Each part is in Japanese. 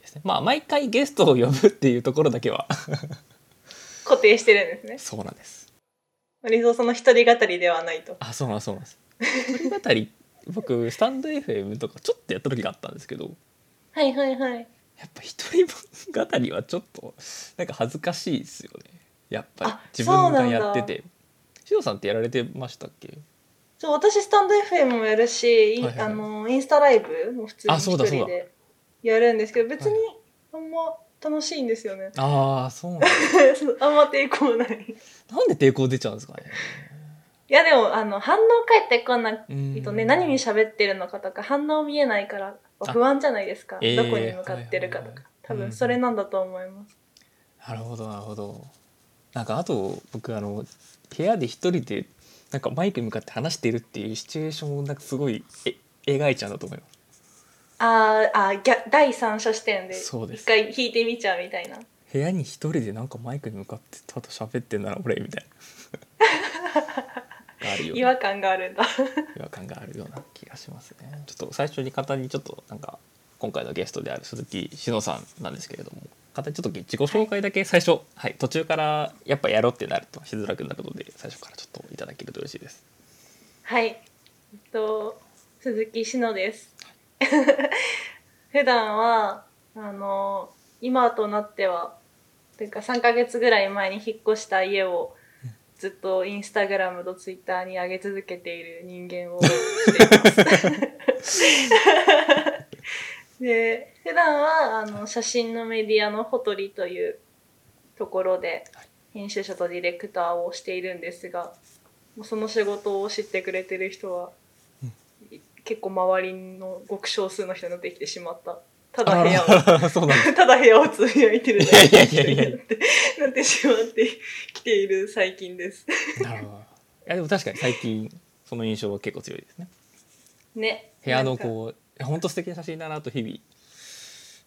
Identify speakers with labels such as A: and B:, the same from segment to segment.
A: ですねまあ毎回ゲストを呼ぶっていうところだけ は
B: 固定してるんですね
A: そうなんです
B: リゾーさんの一人語りではないと
A: あそうなんですそうなんです一人語り僕スタンド FM とかちょっとやった時があったんですけど
B: はいはいはい
A: やっぱ一人語りはちょっとなんか恥ずかしいですよねやっぱり
B: あ
A: 自分
B: そう
A: が
B: なんだ
A: やっててしおさんってやられてましたっけ
B: そう私スタンド FM もやるし、い
A: はいはいはい
B: あのインスタライブも普通に
A: あそうだ
B: 一人でやるんですけど別にあんま楽しいんですよね、
A: ああそうなんだ
B: そうあんま抵抗ない
A: なんで抵抗出ちゃうんですかね
B: いやでもあの反応返ってこな
A: うん
B: いとね何に喋ってるのかとか反応見えないから不安じゃないですか、
A: えー
B: どこに向かってるかとか、
A: はいはいはい
B: 多分それなんだと思います、
A: なるほどなるほどなんかあと僕あの部屋で一人でなんかマイクに向かって話しているっていうシチュエーションをなんかすごいえ描いちゃうんだと思います
B: あーあー逆第三者視点で
A: そうです
B: 一回弾いてみちゃうみたいな
A: 部屋に一人でなんかマイクに向かってただ喋ってんなら俺みたい ながあるような
B: 違和感があるんだ
A: 違和感があるような気がしますね。ちょっと最初に簡単にちょっとなんか今回のゲストである鈴木志乃さんなんですけれども簡単にちょっと自己紹介だけ最初、はい途中からやっぱやろうってなるとしづらくなるので最初からちょっといただけると嬉しいです。
B: はいえっと鈴木しのです 普段はあの今となってはというか3ヶ月ぐらい前に引っ越した家をずっとインスタグラムとツイッターに上げ続けている人間をしています。 で普段はあの写真のメディアのほとりというところで
A: はい
B: 編集者とディレクターをしているんですがもうその仕事を知ってくれてる人は、結構周りのごく少数の人になってきてしまったただ部屋を
A: あ そうなんです。
B: ただ部屋をつぶやいてるだけの人に
A: いやいやいやい
B: なってなってしまってきている最近です。
A: なるほど。いやでも確かに最近その印象は結構強いですね。
B: ね。
A: 部屋の
B: なんか
A: こういや本当素敵な写真だなと日々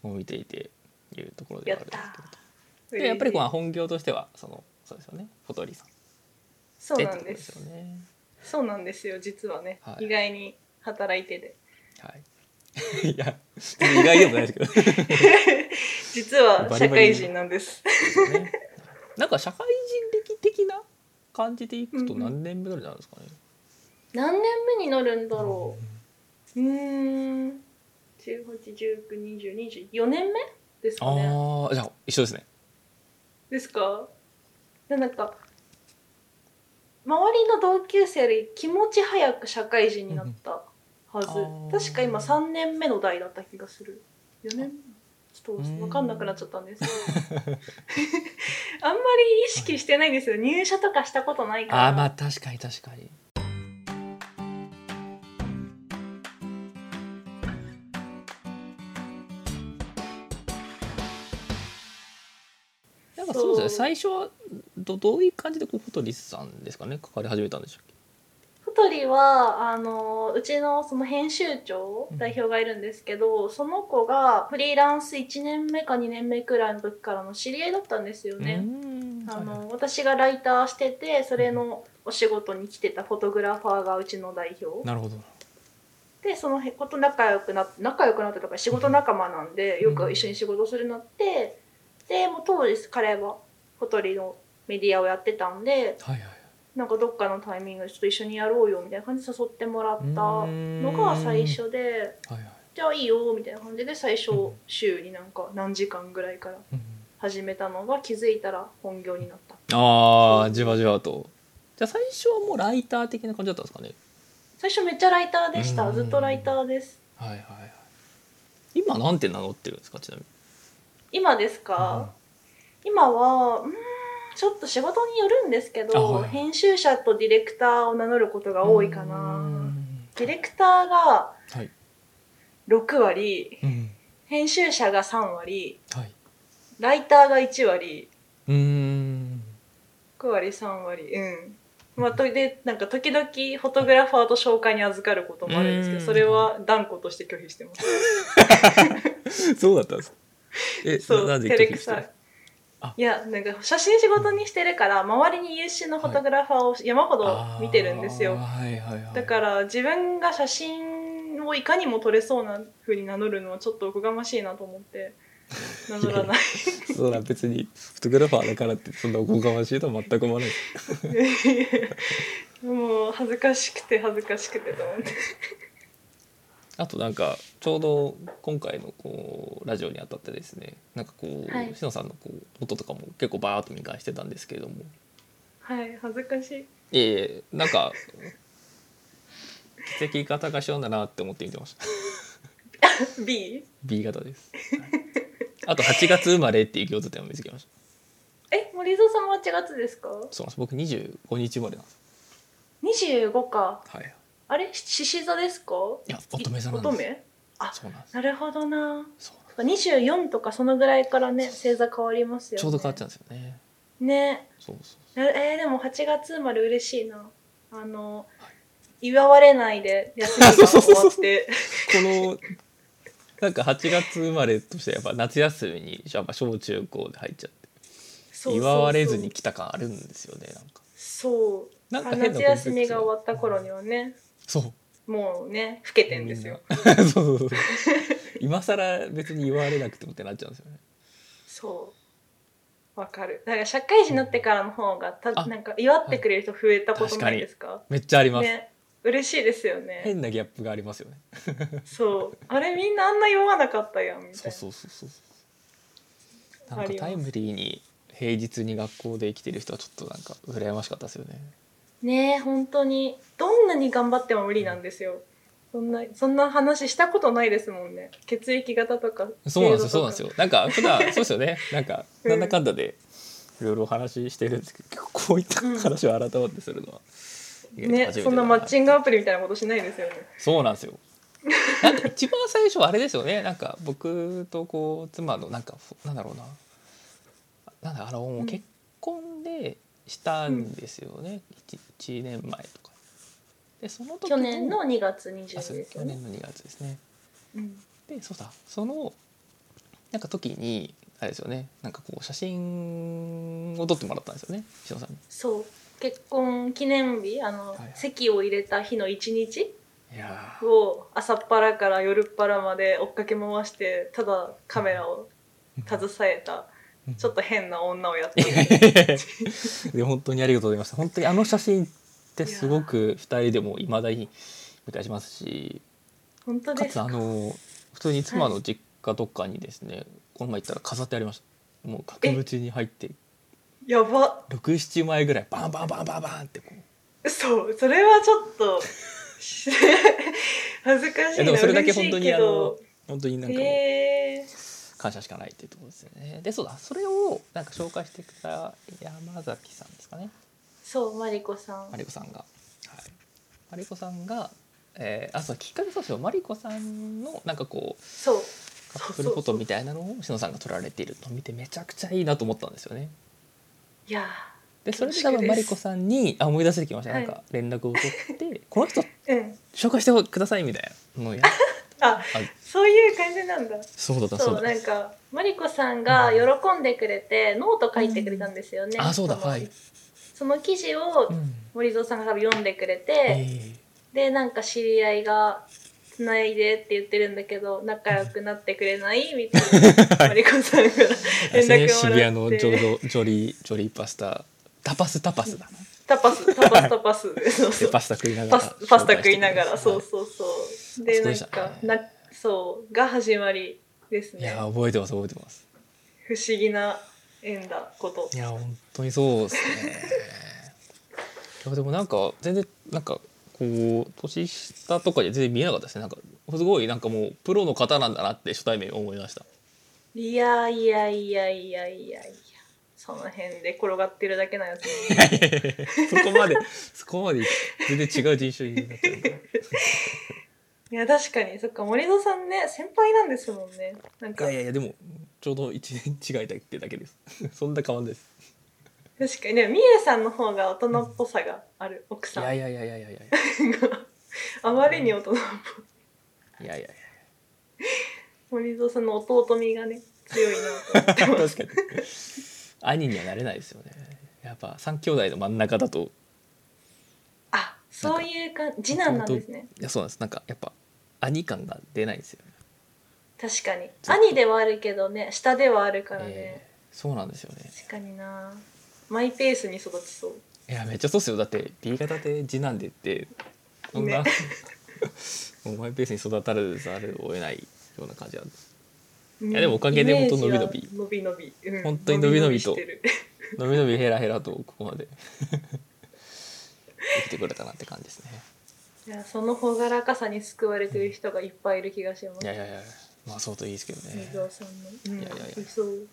A: もう見ていていうところではあるんですけれど。でやっぱりこう本業としてはそのそうですよね。フォトリーさん
B: そう
A: でっ
B: な
A: てこ
B: ん
A: と
B: で
A: です
B: す
A: よね。
B: そうなんですよ実はね、
A: はい
B: 意外に働いてて
A: はい。 いや、別に意外でもないですけど、
B: 実は
A: バリ
B: 社
A: バリ
B: 会人なんです。
A: ね。 なんか社会人的的な感じでいくと
B: うんうん
A: 何年目ぐらいなんですかね。
B: 何年目になるんだろう。うーん。十八、十九、二十、二十四年目ですかね。
A: ああ、じゃあ一緒ですね。
B: ですか。でなんか。周りの同級生より気持ち早く社会人になったはず、
A: うんあー
B: 確か今3年目の代だった気がする4年ちょっと
A: うん
B: 分かんなくなっちゃったん ですけどあんまり意識してないんですよ入社とかしたことないから
A: ああ、まあ確かに確かに。なんかそうですね。
B: そう
A: 最初はどどういう感じでこうフォトリスさんですかね。かかり始めたんでしょう
B: 小鳥はあのうちのその編集長
A: うん
B: 代表がいるんですけど、その子がフリーランス1年目か2年目くらいの時からの知り合いだったんですよ
A: っけ。
B: ね。
A: うーん
B: あ
A: はいはい
B: の私がライターしててそれのお仕事に来てたフォトグラファーがうちの代表
A: なるほど。
B: でその子と仲良くな仲良くなったとか仕事仲間なんでよく一緒に仕事するようになってでもう当時彼は小鳥のメディアをやってたんで
A: はいはい。
B: なんかどっかのタイミングでちょっと一緒にやろうよみたいな感じで誘ってもらったのが最初で
A: はいはい。
B: じゃあいいよみたいな感じで最初
A: うん
B: 週になんか何時間ぐらいから
A: うん
B: 始めたのが気づいたら本業になった
A: ああじわじわとじゃあ最初はもうライター的な感じだったんですかね
B: 最初めっちゃライターでし
A: う
B: た
A: ん
B: ずっとライターです
A: はいはいはい今なんて名乗ってるんですかちなみに
B: 今ですか今はうーんちょっと仕事によるんですけ
A: あ
B: ど
A: はい
B: 編集者とディレクターを名乗ることが多いかなディレクターが
A: はい、
B: 6割
A: うん、
B: 編集者が3割
A: はい
B: ライターが1割
A: うーん
B: 6割3割うんまあ、とでなんか時々フォトグラファーと紹介に預かることもあるんですけ
A: う
B: ど
A: ん
B: それは断固として拒否してます
A: そうだったんですかえ
B: そう
A: なぜ
B: 照れくさ
A: 拒否
B: い
A: しあ
B: いやなんか写真仕事にしてるから周りに優秀なフォトグラファーを山ほ
A: た
B: ど見てるんです
A: あー
B: よ
A: はいはいはい
B: だから自分が写真をいかにも撮れそうな風に名乗るのはちょっとおこがましいなと思って名乗 らない
A: そら別にフォトグラファーだからってそんなおこがましいとは全く思わないです
B: もう恥ずかしくて恥ずかしくてと思って
A: あとなんかちょうど今回のこうラジオにあたってですねなんかこう、
B: はい
A: しのさんのこう音とかも結構バーッと見返してたんですけれども
B: はい恥ずかしい
A: ええなん か血液型が一緒なんだなって思って見てました
B: B?
A: B 型です、はいあと8月生まれっていう餃子店を見つけました
B: え森蔵さんは8月ですか
A: そうなんです僕25日生まれなんです
B: ?25 か
A: はい
B: あれ獅子座ですか
A: いや乙女座なん
B: 乙
A: です
B: 女あ
A: そうなんです
B: なるほどな
A: そうなんで
B: 24とかそのぐらいからね星座変わりますよ、
A: す
B: ね、
A: ちょうど変わっちゃうんですよね
B: ね
A: そうそう
B: なえーでも8月生まれ嬉しいなあの、
A: は
B: 祝われないで休みが終わって
A: このなんか8月生まれとしてやっぱ夏休みにやっぱ小中高で入っちゃって
B: そうそうそう
A: 祝われずに来た感あるんですよねなんか
B: そう
A: なんか
B: あ
A: 変な
B: 夏休みが終わった頃にはね
A: そう
B: もうね老けてんですよ
A: みんなそうそう そう今更別に言われなくてもってなっちゃうんですよね
B: そうわかるだから社会人になってからの方がた
A: あ
B: なんか祝ってくれる人増えたことないですか
A: めっちゃあります、
B: ね嬉しいですよね
A: 変なギャップがありますよね
B: そうあれみんなあんな弱なかったやんみたいな
A: そうそうそうそうなん
B: あ
A: か
B: ります
A: タイムリーに平日に学校で生きてる人はちょっとなんか羨ましかったですよね
B: ねえ本当にどんなに頑張っても無理なんですよそんなそんな話したことないですもんね血液型とか
A: そうなんですよそうなんです
B: よ
A: よなんか普段そうですよねなんか
B: うん
A: なんだかんだでいろいろお話ししてるんですけど結構こういった話を改まってするのは、意外と
B: ね
A: 初めてだ
B: そんなマッチングアプリみたいなことしないですよね
A: そうなんですよ。なんか一番最初はあれですよね。なんか僕とこう妻のなんかふなんだろうな。なんだあのもう結婚でしたんですよね。一、一年前とか。でその時と
B: 去年の2月20日
A: あそう
B: で
A: ですす去
B: よね
A: 年の2月ですね。
B: うん
A: でそうだそのなんか時にあれですよね。なんかこう写真を撮ってもらったんですよね。しのさんに。
B: そう結婚記念日あの、
A: はいはい
B: 席を入れた日の1日
A: いやー
B: を朝っぱらから夜っぱらまで追っかけ回してただカメラを携えたちょっと変な女をや ってる
A: で本当にありがとうございました本当にあの写真ってすごく2人でもいまだに見返しますし
B: 本当
A: か
B: で
A: つ
B: すか
A: あの普通に妻の実家とかにですね、この前行ったら飾ってありましたもう額縁に入って
B: やば
A: 67枚ぐらいバンバンバンバンバンってこう
B: そうそれはちょっと 恥ずか
A: い
B: しい
A: やで
B: な
A: もそれだけ
B: 嬉し
A: 本
B: い
A: 当に
B: け
A: あの
B: ど
A: 本当になんかもう
B: へえ
A: 感謝しかないっていうところですよねでそうだそれをなんか紹介してくれた山崎さんですかね
B: そうマリコさん
A: マリコさんが、はい、マリコさんが、えーあそうきっかけそうですよマリコさんのなんかこう
B: そう
A: カップルフォトみたいなのをしのさんが撮られているのを見てめちゃくちゃいいなと思ったんですよね。
B: いや
A: でそれで多
B: 恐縮
A: 分
B: です
A: マリコさんにあ思い出してきました、
B: はい
A: なんか連絡を取ってこの人
B: ーうん
A: 紹介してくださいみたいなのをや
B: あ
A: あ
B: そういう感じなんだ
A: そうだった
B: そ
A: そううだ
B: な
A: っ
B: んかマリコさんが喜んでくれてノート書いてくれたんですよね、
A: たあそうだ
B: の
A: はい、
B: その記事を
A: うん
B: 森蔵さんが多分読んでくれて、
A: え
B: でなんか知り合いが「つないで」って言ってるんだけど仲良くなってくれないみたい なマリコさんから
A: ー
B: 連絡を
A: 渋
B: もら
A: 谷の
B: っ
A: ジ
B: て
A: ョジョリージョリーパスタタパスタパスだな
B: タ パスタパスタパスそうそ
A: で
B: う
A: パスタ食いなが
B: パ
A: ら
B: スパスタ食いながら
A: 紹介してくれ
B: そう
A: た
B: そうそう
A: あそう
B: でな
A: で
B: ん
A: した
B: か
A: ね
B: なそうが始まりです
A: い
B: ね
A: やー覚えてます覚えてます
B: 不思議な縁だこと
A: いや本当にそうですね。いやでもなんか全然なんかこう年下とかじゃ全然見えなかったですね。なんかすごいなんかもうプロの方なんだなって初対面思いました。
B: いやいやいやいやいやいやその辺で転がってるだけなんやつね
A: そこまでそこまで全然違う人種になっちゃうんだ。
B: いや確かにそっか森戸さんね先輩なんですもんねなん
A: い
B: か
A: やいやいやでもちょうど一年違いだってだけです。そんな変わんないです。
B: 確かにでもみえさんの方が大人っぽさがある奥
A: い
B: さん
A: やいやいやいやいやいやい
B: があまりに大人っ
A: やいやいや。
B: ぽ森蔵さんの弟身がね強いな と
A: 確かに兄にはなれないですよね。やっぱ三兄弟の真ん中だと
B: あそういうか次男なんですね
A: いやそうなんですなんかやっぱ兄感が出ないんですよ
B: 確かに
A: と
B: 兄ではあるけどね下ではあるからね、
A: えーそうなんですよね
B: 確かになマイペースに育ちそう
A: いやめっちゃそうっすよだって B 型で次男でってそんな、
B: ね
A: もうマイペースに育たるざるを得ないような感じなんで
B: い
A: やでもおかげでほんと伸び伸び
B: 伸び伸び、うん
A: ほんとに伸び伸びと
B: してる
A: のびのびヘラヘラとここまで 生きてくれたなって感じですね
B: いやその朗らかさに救われてる人がいっぱいいる気がします
A: いやいやいやまあ相当いいですけどね
B: 水沢さんの、うん、
A: いやいやいや
B: そう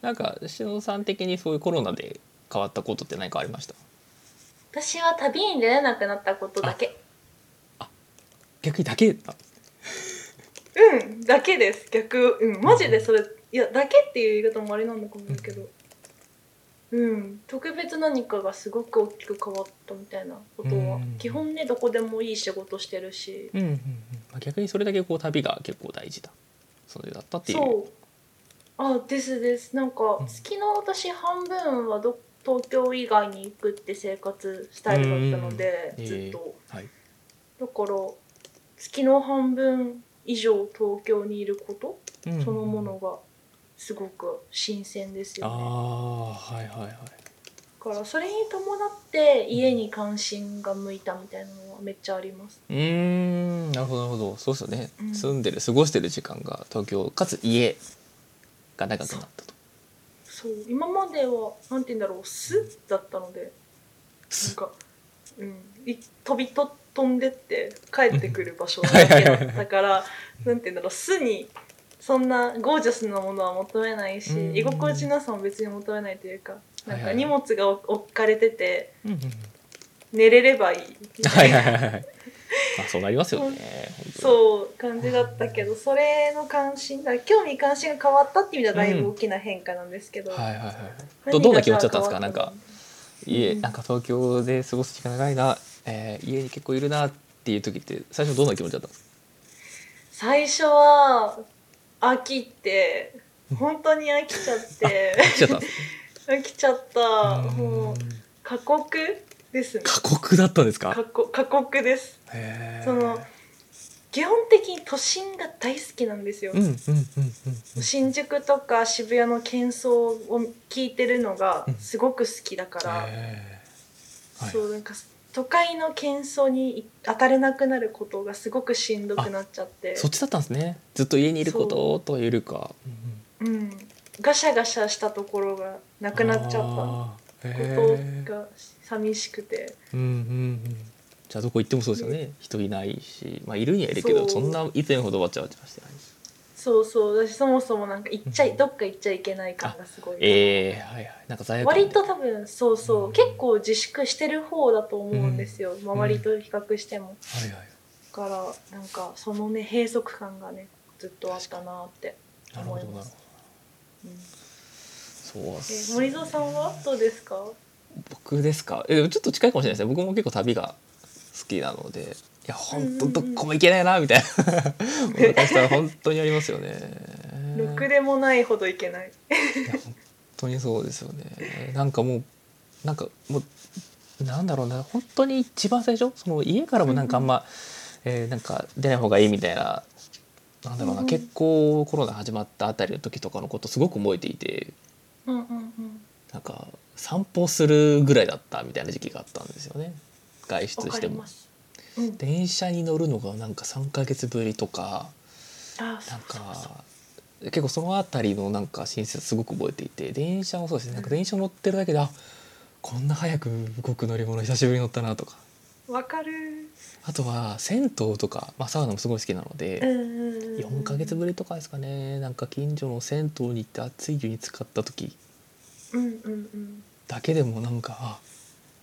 A: なんかしのさん的にそういうコロナで変わったことって何かありました
B: 私は旅に出れなくなったことだけ
A: 逆にだけだ
B: うんだけです逆うんマジでそれいやだけっていう言い方もあれなんだかもだけどうん特別何かがすごく大きく変わったみたいなことは
A: うん
B: 基本ねどこでもいい仕事してるし
A: うんうんうんまあ、逆にそれだけこう旅が結構大事だそれだったっていう
B: そうあですですなんか月の私半分はど東京以外に行くって生活スタイルだったので
A: うん
B: ずっと
A: はい、
B: だから月の半分以上東京にいることそのものがすごく新鮮ですよね。
A: ああーはいはいはい
B: だからそれに伴って家に関心が向いたみたいなのはめっちゃあります。
A: うーんなるほどなるほどそうですよね、
B: うん
A: 住んでる過ごしてる時間が東京かつ家が長くなったと
B: そう今まではなんて言うんだろう巣だったのでなんか、うん、い飛びと飛んでって帰ってくる場所だけだったからなんて言うんだろう巣にそんなゴージャスなものは求めないし、
A: うん
B: 居心地の良さも別に求めないというかなん
A: はいは
B: か
A: い
B: 荷物が置かれてて
A: うんうん
B: 寝れればいいみたいな
A: はいはいはいはいまあそうなりますよねう
B: そう感じだったけどそれの関心だ興味関心が変わったっていう意味ではだいぶ大きな変化なんですけど、
A: はいはいはいど
B: 何が
A: どんな気持ちだったんですかなん
B: 変わ
A: か
B: っ
A: 家
B: うん
A: なんか東京で過ごす時間長いな、えー家に結構いるなっていう時って最初どんな気持ちだったんですか
B: 最初は飽きて本当に飽きちゃって
A: 飽きちゃったんです
B: 飽きちゃった
A: うーん
B: もう過酷ですね
A: 過酷だったんですか
B: 過酷過酷です
A: へー
B: その基本的に都心が大好きなんですよ、
A: うんうんうんうんうん
B: 新宿とか渋谷の喧騒を聞いてるのがすごく好きだから、
A: へーはい
B: そうなんか都会の喧騒に当たれなくなることがすごくしんどくなっちゃって
A: そっちだったんですねずっと家にいることというか
B: うん、ガシャガシャしたところがな
A: な
B: くなっちゃったこ
A: た
B: とが寂しくて
A: うんうんうんじゃあどこ行ってもそうですよね人いないしまあいるにはいるけどそ
B: そうん
A: な以前ほどわちゃわちゃしてないし
B: そうそう私そもそもなんか行っちゃい、
A: うん
B: どっか行っちゃいけない感がすごい、
A: ええはいはいなんか罪悪感
B: 割と多分そうそう、
A: うん
B: 結構自粛してる方だと思うんですよ、周りと比較しても、
A: はいはい
B: だからなんかそのね閉塞感がねずっとあったなって、
A: なるほどなるほど
B: うん、え
A: そうっす
B: 森蔵さんはどうですか
A: 僕ですかえでもちょっと近いかもしれないですね僕も結構旅が好きなのでいや本当
B: うんうんう
A: ど
B: ん
A: こも行けないなみ たいな思い出したら本当にありますよね
B: ろくでもないほどいけない。
A: いや本当にそうですよねなんかもうなんかもうなんだろうな本当に一番最初その家からもなんかあんま、えーなんか出ない方がいいみたいななんだろうな、
B: うんうん
A: 結構コロナ始まったあたりの時とかのことすごく覚えていて
B: うんうんうん。
A: なんか散歩するぐらいだったみたいな時期があったんですよね外
B: わ
A: 出し
B: か
A: て
B: り
A: も
B: ま。す。うん。
A: 電車に乗るのがなんか3ヶ月ぶりとか
B: あ、そ
A: な
B: うん
A: か結構その辺りのなんか親切すごく覚えていて電車もそうですねなんか電車乗ってるだけであこんな早く動く乗り物久しぶりに乗ったなとか
B: わかる。
A: あとは銭湯とか、まあ、サウナもすごい好きなの
B: う
A: で、
B: んうんうん。
A: 4ヶ月ぶりとかですかねなんか近所の銭湯に行って熱い湯に浸かった時
B: うんうんうん。
A: だけでもなんかあ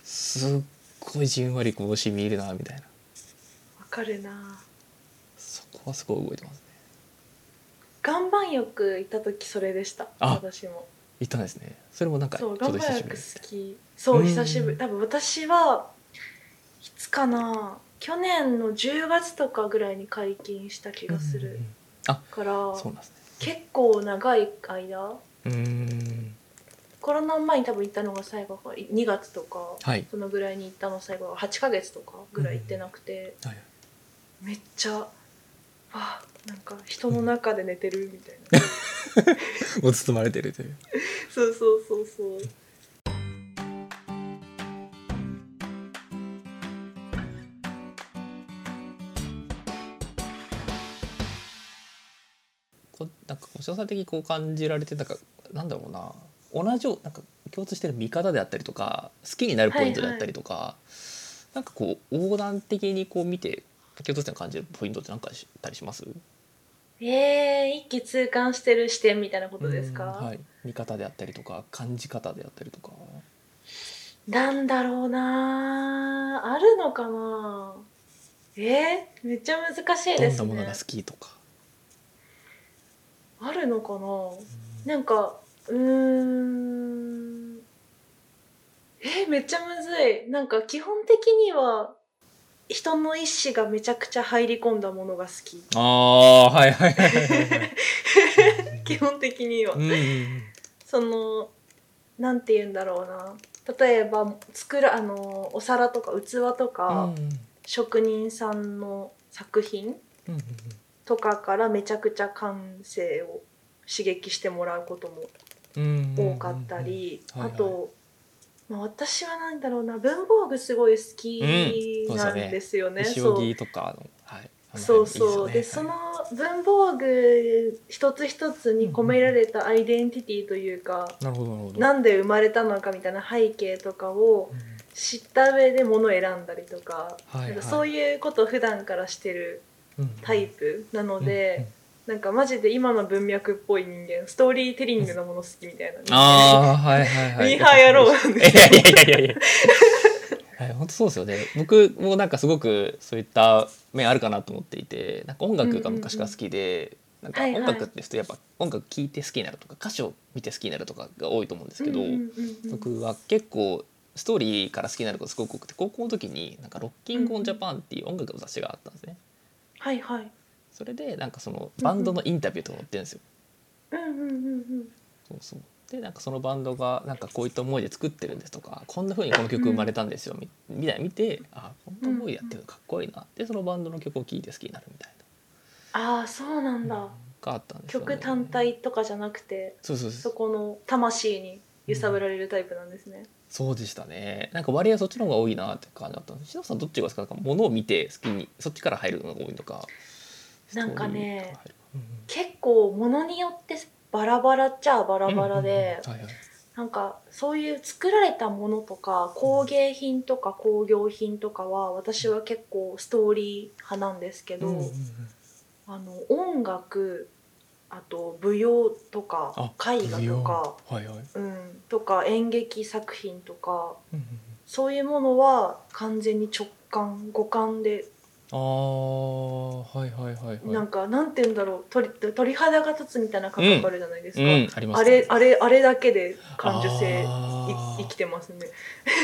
A: すっごいじんわりこう染み入るなみたいな
B: わかるな。
A: そこはすごい覚えてますね
B: 岩盤浴行った時それでした。
A: あ
B: 私も。
A: 行ったんですねそれもなんかち
B: そ
A: ょ
B: う
A: っと
B: 岩
A: 久
B: 盤
A: しぶ
B: 浴
A: り
B: 好き。そううん久しぶり。多分私はいつかな。去年の10月とかぐらいに解禁した気がす
A: うんう
B: る
A: ん
B: から
A: うんそうなんですね
B: 結構長い間
A: うーん
B: コロナ前に多分行ったのが最後2月とか、
A: はい
B: そのぐらいに行ったの最後は8ヶ月とかぐらい行ってなくて、
A: はい
B: めっちゃあなんか人の中で寝てるみたいな、
A: もう包まれてるという
B: そうそうそうそう
A: こなんかこう詳細的にこう感じられてなんかなんだろうな同じようなんか共通してる見方であったりとか好きになるポイントであったりとか、なんかこう横断的にこう見て共通点を感じるポイントって何かしたりします
B: えー、一気通貫してる視点みたいなことですか、
A: うんはい、見方であったりとか感じ方であったりとか
B: なんだろうなあるのかなえー、めっちゃ難しい
A: ど
B: で
A: ん
B: す
A: なもの
B: ね
A: が好きとか。
B: あるのかななんかうーんえーめっちゃむずいなんか基本的には人の意思がめちゃくちゃ入り込んだものが好き
A: ああはいはいはいはいはい。
B: 基本的には
A: うんうん
B: そのなんて言うんだろうな例えば作るあのお皿とか器と
A: う
B: か、
A: ん
B: 職人さんの作品
A: うんうん
B: とかからめちゃくちゃ感性を刺激してもらうことも
A: うんうんうんうん
B: 多かったり、
A: うんうんうんはいはい
B: あと、まあ、私はなんだろうな文房具すごい好
A: う
B: き
A: んそう
B: なん
A: ですよね
B: です
A: 石
B: よね。そう
A: 荻とかのはい。あの
B: そう
A: 辺いい
B: そうで,、
A: す
B: そ
A: よね
B: の文房具一つ一つに込められたアイデンティティというか、
A: なるほどなるほど。
B: なんで生まれたのかみたいな背景とかを
A: うん
B: 知った上で物を選んだりとか,、
A: はいはい
B: そういうことを普段からしてる
A: うん
B: タイプな
A: う
B: の
A: んうん
B: で、なんかマジで今の文脈っぽい人間ストーリーテリングのもの好きみたいな、
A: ああはいはいはい。
B: ミーハー野郎なん
A: い
B: で
A: やい
B: すよ
A: やいやいやい や。はい、本当そうですよね僕もなんかすごくそういった面あるかなと思っていてなんか音楽が昔から好きで、
B: はいは
A: ないんか音楽って人やっぱ音楽聴いて好きになるとか歌詞を見て好きになるとかが多いと思うんですけど、
B: うんうんうんうん
A: 僕は結構ストーリーから好きになることすごく多くて高校の時になんか「ロッキング・オン・ジャパン」っていう音楽の雑誌があったんですね。
B: はいはい。
A: それでなんかそのバンドのインタビューとか載ってるんですよ。
B: うんうんうん
A: そうそうでなんかそのバンドがなんかこういった思いで作ってるんですとかこんな風にこの曲生まれたんですよみみたいな見てあこんな思いでやってるのかっこいいなでそのバンドの曲を聴いて好きになるみたい
B: ああそうなんだ、
A: ながあったんですよ、ね、
B: 曲単体とかじゃなくて
A: そうそうそ
B: そうこの魂に揺さぶられるタイプなんですね、
A: そうでしたねなんか割合そっちの方が多いなって感じだったんですしのさんどっちが好きですかなんか物を見て好きにそっちから入るのが多いのか
B: なんか
A: ストーリー
B: ね
A: と入るうんうん
B: 結構ものによってバラバラっちゃバラバラで、
A: うんうんうんはいはい
B: なんかそういう作られたものとか工芸品とか工業品とかは私は結構ストーリー派なんですけど、
A: うんうんうん
B: あの音楽あと舞踊とか
A: あ
B: 絵画とか、
A: 不要はいはい
B: うん、とか演劇作品とか
A: うんうんうん
B: そういうものは完全に直感五感で、
A: あーはいはいはいはい
B: なんかなんて言うんだろう鳥鳥肌が立つみたいな感覚あるじゃないです
A: う
B: か、
A: んあります
B: あれあれあれだけで感受性い
A: あー
B: 生きてますね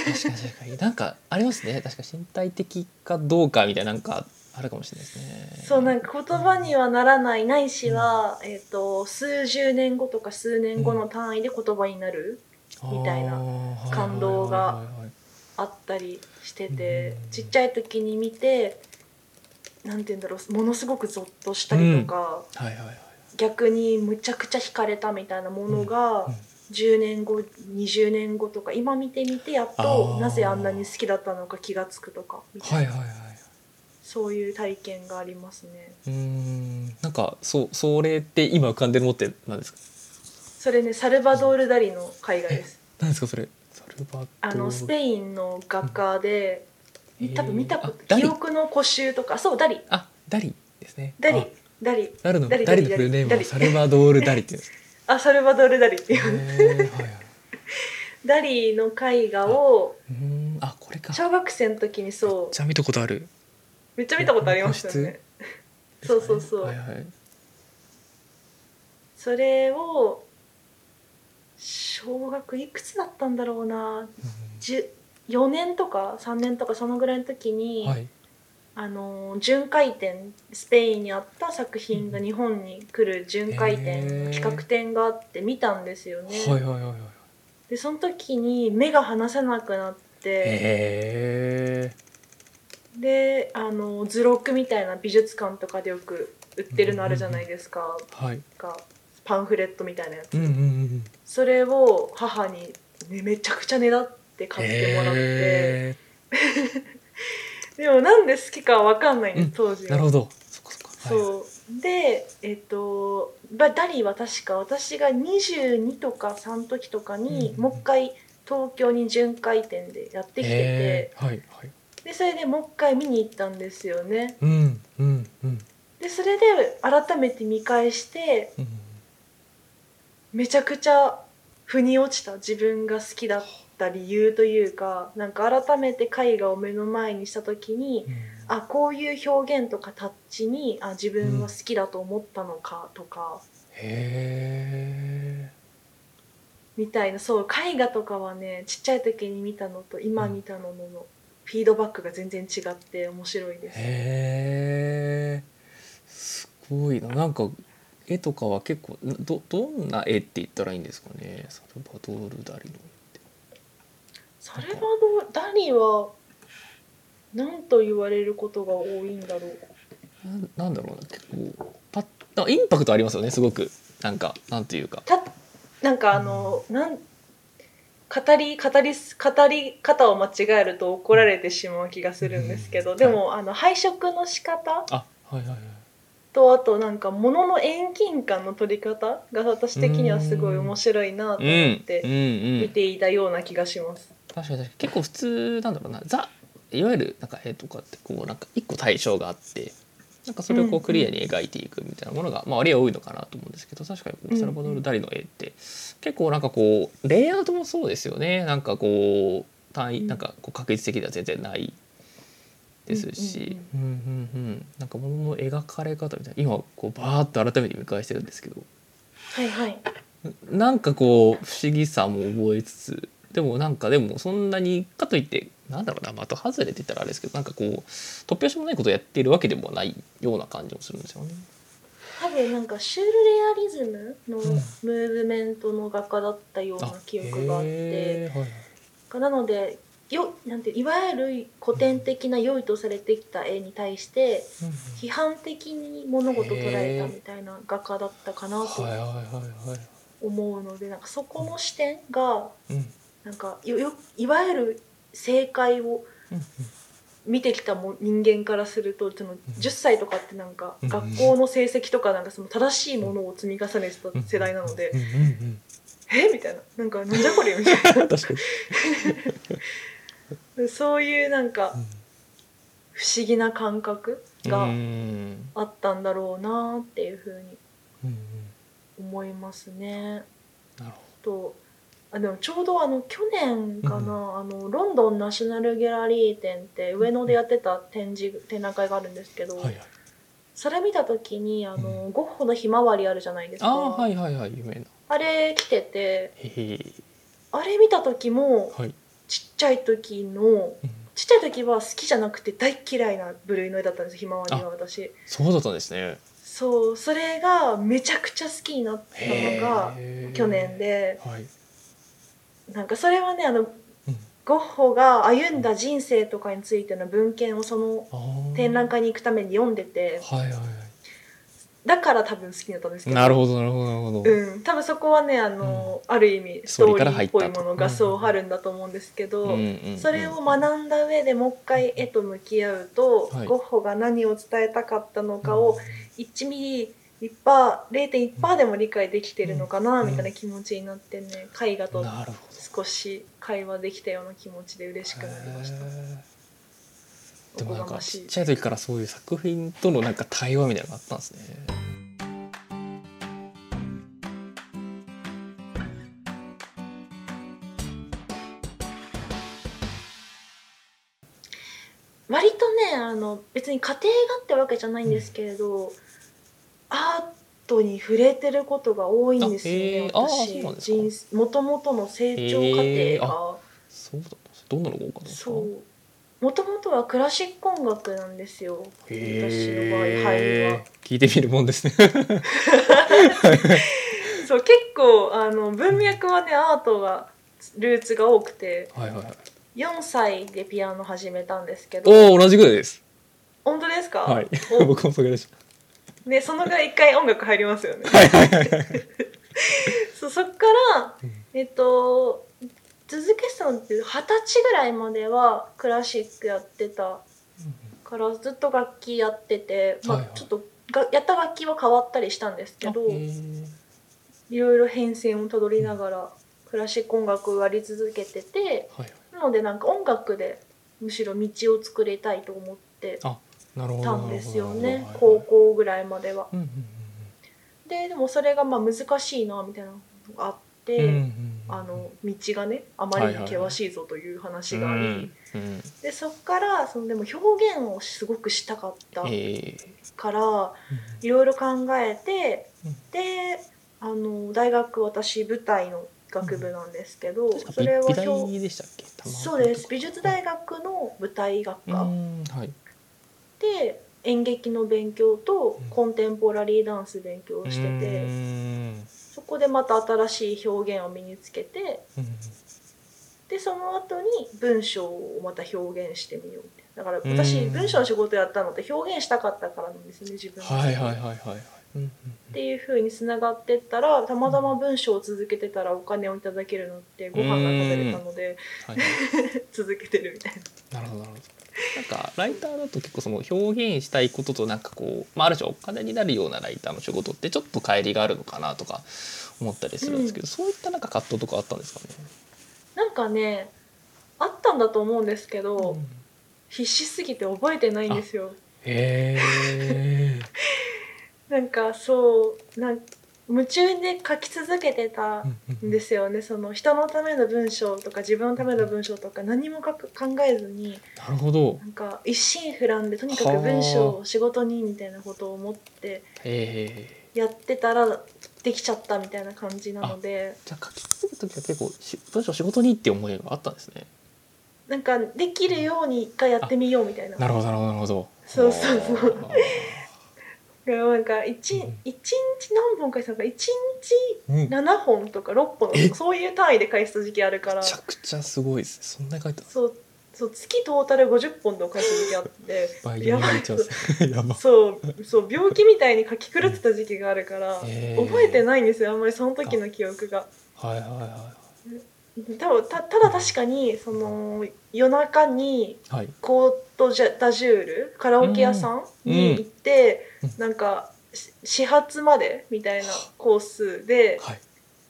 A: 確かに確かになんかありますね確か身体的かどうかみたいななんかあるかもしれないですね
B: そうなんんか言葉にはならないないしは、えっと数十年後とか数年後の単位で言葉になる、みたいな感動があったりしてて、
A: うん
B: ちっちゃい時に見てなんて言うんだろうものすごくゾッとしたりとか、
A: はいはいはい
B: 逆にむちゃくちゃ惹かれたみたいなものが、
A: うん
B: 10年後20年後とか今見てみてやっ
A: あ
B: と
A: ー
B: なぜあんなに好きだったのか気が付くとかみたいな
A: はいはいはい
B: そういう体験がありますね。
A: うーんなんかそうそれって今浮かんでるのって何ですか
B: それねサルバドール・ダリの絵画です。
A: 何ですかそれサルバドール
B: あのスペインの画家で、
A: えー
B: 多分見たこ
A: あダ
B: と
A: リ
B: 記憶の古集とかそうダリ
A: あダリですね
B: ダリ
A: あ
B: ダリ
A: ダリの
B: ダ
A: ダ
B: リ
A: リのフルネーム
B: ダ
A: は
B: リ
A: サルバドールダリっていうんです
B: あサルバドール・ダリっていう、
A: へーはいはい
B: ダリの絵画を
A: うーんあこれか
B: 小学生の時にそ
A: じゃあ見たことある
B: うめっちゃ見たことありましたよね。そうそうそう、
A: はいはい
B: それを小学いくつだったんだろうな4年とか3年とかそのぐらいの時
A: うん
B: に、
A: はい
B: あのー巡回展スペインにあった作品が日本に来る巡回
A: へ
B: 展
A: ー
B: 企画展があって見たんですよね。
A: はいはいはいはい。
B: でその時に目が離せなくなって
A: へえ
B: であの図録みたいな美術館とかでよく売ってるのあるじゃないですか,、
A: はい
B: がパンフレットみたいなやつ、
A: うんうんうん
B: それを母に、ね、めちゃくちゃねだって買ってもらって、
A: へ
B: でもなんで好きかわかんないんです、
A: うん
B: 当時
A: ー
B: は
A: なるほどそっかそっか
B: そうでえっとばダリーは確か私が22とか3時とかに、
A: うん
B: もう一回東京に巡回展でやってきてて、
A: へーはいはい
B: でそれでもう一回見に行ったんですよね
A: うんうんうん
B: でそれで改めて見返して
A: うん
B: めちゃくちゃ腑に落ちた自分が好きだった理由というかなんか改めて絵画を目の前にした時に
A: うん
B: あこういう表現とかタッチにあ自分は好きだと思ったのかとか、
A: へ
B: みたいなそう絵画とかはねちっちゃい時に見たのと今見たのののフィードバックが全然違って面白いで
A: え
B: す。
A: へえすごいななんか絵とかは結構どどんな絵って言ったらいいんですかねサルバドール・ダリの
B: サルバドーダリは何と言われることが多いんだろう
A: ななんだろうな結構パッあインパクトありますよねすごくなんかなんていうか
B: たなんかあの、なん語り語りす語り方を間違えると怒られてしまう気がするんですけど、
A: うん
B: でも、あの配色の仕方
A: あはいはいはい
B: とあとなんか物の遠近感の取り方が私的にはすごい面白いな
A: う
B: と思っ
A: ん
B: て。
A: うんう
B: 見
A: ん
B: ていたような気がします。
A: 確かに確かに結構普通なんだろうなザいわゆるなんか絵とかってこうなんか一個対象があってなんかそれをこ
B: うんう
A: うんクリアに描いていくみたいなものが、まあ、割合多いのかなと思うんですけど確かにこ
B: うんう
A: うんサルバドール・ダリの絵って結構なんかこうレイアウトもそうですよねなんかこう単位なんかこう確率的では全然ないですし、うんうんうん、なんか物の描かれ方みたいな今こうバーッと改めて見返してるんですけど
B: はいはい。
A: なんかこう不思議さも覚えつつでもなんかでもそんなにかといってなんだろうな的外れって言ったらあれですけどなんかこう突拍子もないことをやっているわけでもないような感じもするんですよね。
B: 多分なんかシュールレアリズムの
A: うん
B: ムーブメントの画家だったような記憶があって、
A: へーはい
B: なのでよなんていわゆる古典的な良いとされてきた絵に対して
A: うんうん
B: 批判的に物事を捉えたみたいな画家だったかな
A: はいはい
B: と
A: はいはい
B: 思うので、なんかそこの視点が
A: うんうん
B: なんかよよいわゆる正解を
A: うん
B: 見てきたも人間からするとその10歳とかってなんか
A: うん
B: 学校の成績とかなんかその正しいものを積み重ねてた世代なので
A: うんうん
B: 「えみたいな「なんかなんじゃこれ」みたい
A: うん確かに
B: なそういうなんか
A: うん
B: 不思議な感覚
A: う
B: が
A: ん
B: あったんだろうなっていうふうに
A: うんうん
B: 思いますね。
A: なるほ
B: とあでもちょうどあの去年かな、
A: うん
B: あのロンドンナショナルギャラリー展って上野でやってた展示展覧会があるんですけど、
A: どはいはい
B: それ見た時にあの、ゴッホの「ひまわり」あるじゃないですか
A: あーはいはいはい有名な
B: あれ来てて
A: へー
B: あれ見た時も
A: はい
B: ちっちゃい時の
A: うん
B: ちっちゃい時は好きじゃなくて大嫌いな部類の絵だったんですひまわりは私
A: そうだったんですね
B: そうそれがめちゃくちゃ好きになったのが
A: へー
B: 去年で
A: はい
B: なんかそれはねあ
A: う
B: の
A: ん
B: ゴッホが歩んだ人生とかについての文献をその
A: あー
B: 展覧会に行くために読んでて
A: はいはいは
B: だから多分好きになったんですけ
A: い。
B: ど
A: なるほどなるほどなるほど。
B: うん、多分そこはねあの、ある意味ス
A: スト
B: ト
A: ーリー
B: ー
A: か
B: リ
A: ら入
B: ー
A: っ
B: った
A: と
B: ぽいものがそうあるんだと思うんですけど、
A: うんうんうん
B: それを学んだ上でもう一回絵と向き合うと、
A: はい
B: ゴッホが何を伝えたかったのかを1ミリ1パー0.1%でも理解できてるのかな
A: うん
B: みたいな気持ちになってね絵画と
A: なるほど。
B: 少し会話できたような気持ちで嬉しくなりました。
A: へーで
B: お
A: も
B: こ
A: なん
B: が
A: か
B: ま
A: ち
B: し
A: っ
B: い
A: ちゃい時からそういう作品とのなんか対話みたいなのがあったんですね。
B: 割とねあの別に家庭がってわけじゃないんですけれど、アートに触れてることが多いんですよね、
A: あへーあーそうなんですか
B: 人生もともとの成長過
A: へー
B: 程が、
A: そうだったんです。どんなのが多かったんですか。
B: そうもともとはクラシック音楽なんですよ私の場合
A: へ
B: 入
A: ー
B: りは
A: 聞いてみるもんですね。
B: そう結構あの文脈はねアートがルーツが多くて
A: はいはいはい
B: 4歳でピアノ始めたんですけど
A: おお同じぐらいです
B: 本当ですか、
A: はい
B: お
A: 僕もそれでし
B: ね、そのぐらい一回音楽入りますよね
A: たはいはいはいはい
B: そそっから
A: うん、
B: えっと、続けてたのって二十歳ぐらいまではクラシックやってたからずっと楽器やってて、まあ
A: はいはい
B: ちょっとがやった楽器は変わったりしたんですけど、
A: うん
B: いろいろ変遷をたどりながらクラシック音楽をやり続けてて
A: はいはい
B: なのでなんか音楽でむしろ道を作りたいと思って
A: あなるほど
B: たんですよ
A: なる
B: ね
A: ほど
B: 高校ぐらいまでは。
A: うんうん
B: ででもそれがまあ難しいなみたいなのがあって。
A: うんうんうんうん
B: あの道がねあまりに険しいぞという話があり、
A: うんうん
B: でそこからそのでも表現をすごくしたかった
A: えー
B: からいろいろ考えて、であの大学私舞台の学部なんですけど、
A: 確か
B: それは
A: 美
B: 表
A: 大でしたっけ玉川さんと
B: そうです美術大学の舞台学
A: う
B: 科
A: んはい
B: で演劇の勉強と
A: うん
B: コンテンポラリーダンス勉強をしてて、
A: うん
B: そこでまた新しい表現を身につけてでその後に文章をまた表現してみようってだから私
A: うん
B: 文章の仕事やったのって表現したかったからなんですね自分が
A: はいはいはいはいはいうん
B: っていうふうにつながってったらたまたま文章を続けてたらお金をいただけるのってご飯が食べれたので
A: はいはい
B: 続けてるみたいな。
A: なるほどなるほどなんかライターだと結構その表現したいこととなんかこう、まあ、ある種お金になるようなライターの仕事ってちょっと乖離があるのかなとか思ったりするんですけど、そういったなんか葛藤とかあったんですかね、
B: なんかねあったんだと思うんですけど、
A: うん
B: 必死すぎて覚えてないんですよ。
A: へえ
B: なんかそうなん夢中で書き続けてたですよねその人のための文章とか自分のための文章とか何もかく考えずに
A: なるほど
B: なんか一心不乱でとにかく文章を仕事にみたいなことを思って
A: へえ
B: やってたらできちゃったみたいな感じなので
A: じゃあ書き続けた時は結構し文章仕事にって思いがあったんですね
B: なんかできるように一回やってみようみたいな
A: なるほどなるほどなるほど
B: そうそうそう
A: は
B: なんか一
A: うん
B: 一日何本書いてたのか一日
A: あうんめ
B: 7本とか6本
A: え
B: とかそういう単位で返す時期あるから
A: ちゃくちゃすごいですねそんなに書いてある
B: そうそう月トータル50本とか返す時期あって
A: 倍
B: や ばい
A: ちゃうやば
B: そうそう病気みたいに書き狂ってた時期があるから
A: へー
B: 覚えてないんですよあんまりその時の記憶が。
A: はいはいは
B: 多分たただ確かにその夜中に
A: いはい
B: コートジャダジュールカラオケ屋さんに行って、
A: うんうん
B: なんかし始発までみたいなコースで
A: はい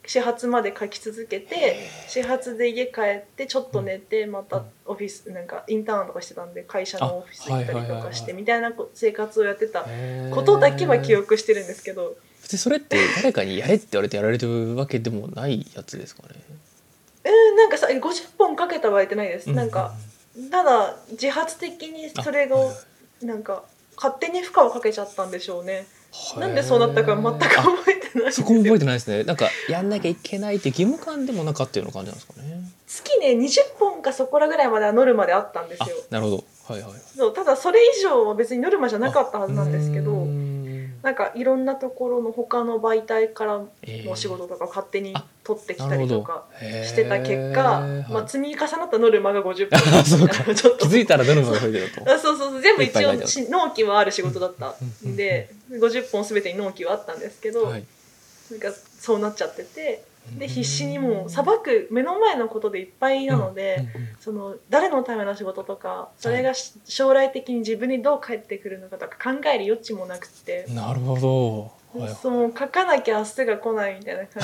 B: 始発まで書き続けて始発で家帰ってちょっと寝てまたオフィスなんかインターンとかしてたんで会社のオフィス行った
A: あはいはい
B: りと
A: はいは
B: か
A: い
B: してみたいなこ生活をやってた
A: へー
B: ことだけは記憶してるんですけど
A: 普通それって誰かにやれって言われてやられてるわけでもないやつですかね
B: えーなんかさ50本かけた場合ってないです。なんかただ自発的にそれ
A: あ
B: を
A: は
B: なんか勝手に負荷をかけちゃったんでしょうね。
A: い
B: なんでそうなったか全く
A: あ
B: 覚えてないんです
A: そ
B: よ。
A: こも覚え
B: 月
A: てないですねなんかやんなきゃいけないって義務感でもなかったような感じなんですかね
B: ね20本かそこらぐらいまではノルマであったんです
A: あ
B: よ。
A: なるほどはいはい
B: そうただそれ以上は別にノルマじゃなかったはずなんですけ
A: うー
B: ど。
A: ん
B: なんかいろんなところの他の媒体からの
A: えー
B: お仕事とかを勝手に
A: あ
B: 取ってき
A: な
B: た
A: るほ
B: りと
A: ど
B: か
A: へー
B: してた結果、ま
A: は
B: あ、
A: い
B: 積み重なったノル マが50
A: あそうか
B: 本 ちょっ
A: 気
B: と
A: づいたらドルマが増えてると
B: あそうそうそう全部一
A: いっぱい書いてあ
B: 応
A: る
B: し納期はある仕事だった
A: うんうん
B: んで50本全てに納期はあったんですけど、
A: はい
B: なんかそうなっちゃっててで
A: うん
B: 必死にもうさばく目の前のことでいっぱいなので、
A: うんうん
B: その誰のための仕事とかそれがし、将来的に自分にどう返ってくるのかとか考える余地もなくて、
A: なるほど、はい
B: その書かなきゃ明日が来ないみたいな感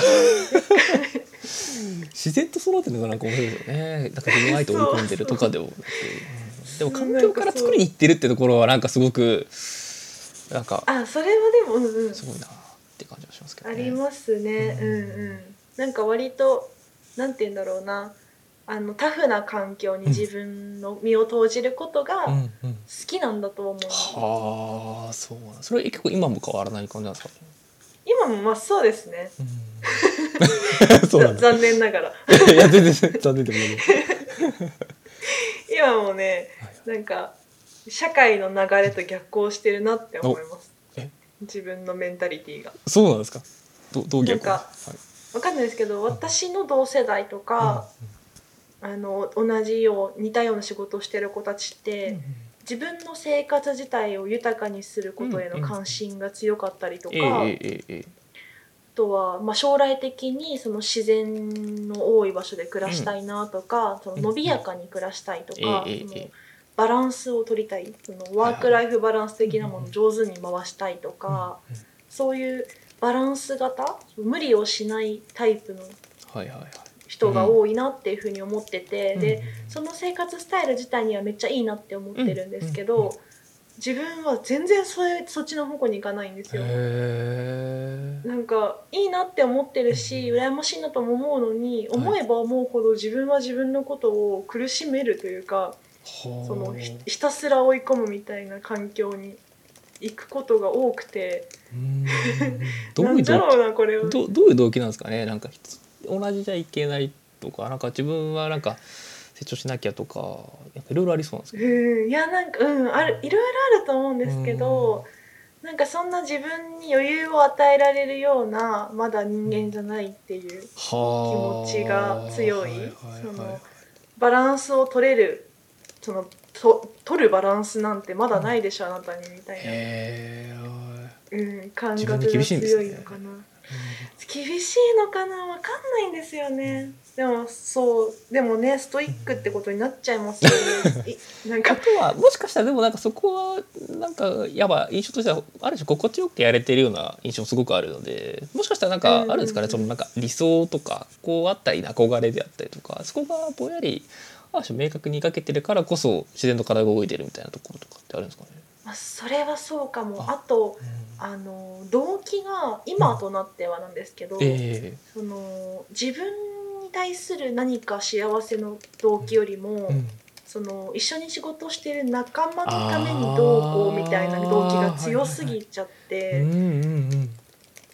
B: じ
A: 自然と育ってるのがなんか面白いですよねなんかうまいと追い込んでるとかでもなくて、うんでも環境から作りにいってるってところはなんかすごくなんか
B: あそれはでも、うんうん
A: すごいなって感じがしますけど
B: あ
A: ね。
B: りますね、
A: う
B: うんんうんなんか割となんて言うんだろうなあのタフな環境に自分の身を投じることが
A: うん
B: 好
A: うん、
B: きなんだと思う、
A: はあそうなんそれ結構今も変わらない感じなんですか、
B: 今もまあそうですね
A: うん、 そうなんだ
B: ざ残念ながら
A: いや全然残念でも ない
B: 今もね
A: はい
B: なんか社会の流れと逆行してるなって思います
A: おえ
B: 自分のメンタリティーが
A: そうなんですかどどう逆
B: なんか
A: はい
B: わかんないですけど私の同世代とか、あの同じよう似たような仕事をしてる子たちって、自分の生活自体を豊かにすることへの関心が強かったりとか、
A: ええええええ
B: あとは、まあ、将来的にその自然の多い場所で暮らしたいなとか、その伸びやかに暮らしたいとか、
A: ええ
B: そ
A: え
B: の
A: え
B: バランスを取りたいそのワーク・ライフ・バランス的なものを上手に回したいとか、そういうバランス型無理をしないタイプの
A: はいはいはい
B: 人が多いなっていうふうに思ってて、
A: うん
B: でその生活スタイル自体にはめっちゃいいなって思ってるんですけど、
A: うんうん
B: 自分は全然それそっちの方向に行かないんですよ。
A: へ
B: なんかいいなって思ってるし羨ましいなとも思うのに
A: はい
B: 思えば思うほど自分は自分のことを苦しめるというかそのひひたすら追い込むみたいな環境に行くことが多くて
A: どう
B: ない
A: うん
B: だ
A: 動
B: ろうなこれは。
A: 機どどういう動機なんですかねなんかひつ同じじゃいけないとかなんか自分はなんか成長しなきゃとかやっぱいろいろありそうなんですけど
B: うんいやなんかうんあるいろいろあると思うんですけどなんかそんな自分に余裕を与えられるようなまだ人間じゃないっていう
A: はあ
B: 気持ちが強
A: はは
B: い
A: いはい
B: そ
A: はい
B: のバランスを取れるそのと取るバランスなんてまだないでしょ、あなたにみたいな、
A: へ
B: うん、感
A: 自
B: 覚が
A: 分に厳しいんです
B: 強
A: ね
B: いのかな
A: え
B: 厳しいのかなわかんないんですよねでもそうでもねストイックってことになっちゃいますよ ねいなん
A: あ
B: か
A: とはもしかしたらでもなんかそこはなんかやば印象としてはある種心地よくやれてるような印象すごくあるのでもしかしたらなんかあるんですかね、
B: うんう
A: そ
B: んう
A: のなんか理想とかこうあったり憧れであったりとかそこがぼやりある種明確に描けてるからこそ自然と体が動いてるみたいなところとかってあるんですかね。
B: まあそれはそうかも
A: あ
B: あとあの動機が今となってはなんですけど、
A: え
B: その自分に対する何か幸せの動機よりも、
A: えうん
B: その一緒に仕事してる仲間のためにどうこうみたいな動機が強すぎちゃって、
A: うんうんうん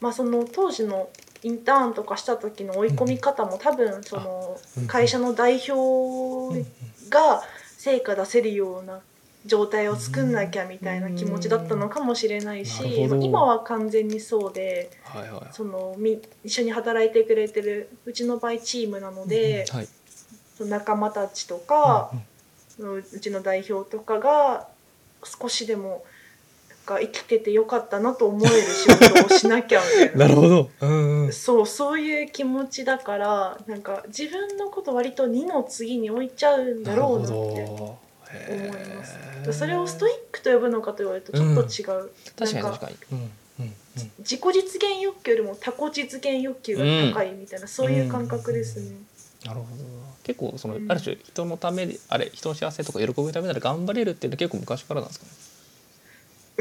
B: まあその当時のインターンとかした時の追い込み方も多分その
A: うん
B: 会社の代表が成果出せるような状態を作んなきゃみたいな気持ちだったのかもしれないし
A: うんなるほど
B: 今は完全にそうで
A: はいはい
B: そのみ一緒に働いてくれてるうちの場合チームなので
A: うんはい
B: その仲間たちとかうちの代表とかが少しでもなんか生きててよかったなと思える仕事をしなきゃみた い
A: なるほどうんうん
B: そうそういう気持ちだからなんか自分のこと割と2の次に置いちゃうんだろうなって
A: なるほ
B: 思
A: ど
B: います
A: へえ
B: それをストイックと呼ぶのかと言われるとちょっと違う、
A: 確かに
B: なん
A: 確
B: か
A: かに。うんうんうん
B: 自己実現欲求よりも他己実現欲求が高いみたいな、そういう感覚ですね、
A: なるほど。結構その
B: うん
A: ある種人のためであれ人の幸せとか喜ぶためなら頑張れるっていうのは結構昔からなんですか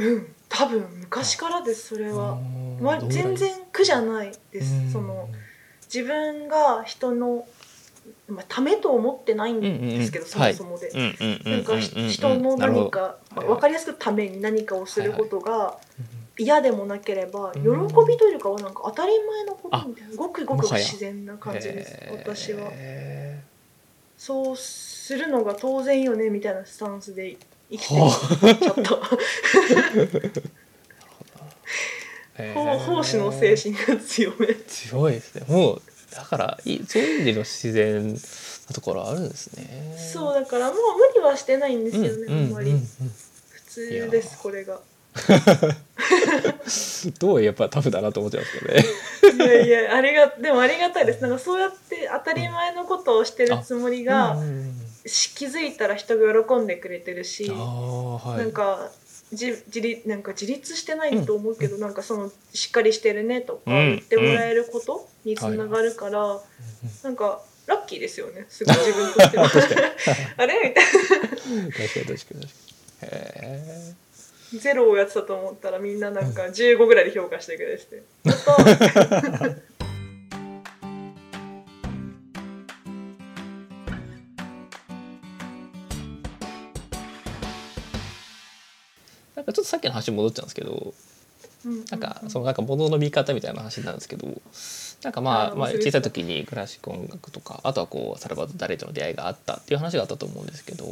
A: ね。
B: うん、多分昔からですそれは、
A: あー
B: ま、
A: どうだい
B: 全然苦じゃないです、
A: うん
B: その自分が人の、まあ、ためと思ってないんですけど、
A: うん
B: そ
A: うんうん
B: もそもで、
A: うんうんうん
B: な
A: うんん
B: か
A: うんうん
B: 人の
A: なるほ
B: 何
A: ど
B: か、ま
A: はい
B: あ
A: はい
B: 分かりやすくために何かをすることが嫌でもなければ
A: う
B: 喜
A: ん
B: びというかはなんか当たり前のことみたいなごくごく
A: もはや
B: 自然な感じです
A: へー
B: 私はそうするのが当然よねみたいなスタンスで生きて
A: は
B: ちょっと
A: へー
B: 奉奉仕の精神が強め
A: 強いですね。もうだからいいそういう意味での自然なところあるんですね。
B: そううだからもう無理はしてないんですよね、
A: んうん
B: あんま
A: うんう
B: り
A: ん
B: 普通で
A: いや
B: すこれが
A: どうやっぱタフだなと思っちゃいますけどね。
B: いやいやありがでもありがたいですなんかそうやって当たり前のことをしてるつもりが、
A: うんうんうん
B: し気づいたら人が喜んでくれてるし、
A: あーはい。
B: なんかじ自立なんか自立してないと思うけど、なんかそのしっかりしてるねとか
A: うん
B: 言ってもらえることにつながるから、なんかラッキーですよねすごい自分とし ては あれみたい
A: 確かに確かに確かに。へ
B: なゼロをやってたと思ったらみんななんか15ぐらいで評価してく れててちょっと
A: え。なんかちょっとさっきの話に戻っちゃうんですけど、なんかそのなんか物の見方みたいな話なんですけど、なんかま
B: あ
A: あ
B: ー
A: まあ
B: 面白い
A: 小さい時にクラシック音楽とか、あとはこうサルバと誰との出会いがあったっていう話があったと思うんですけど、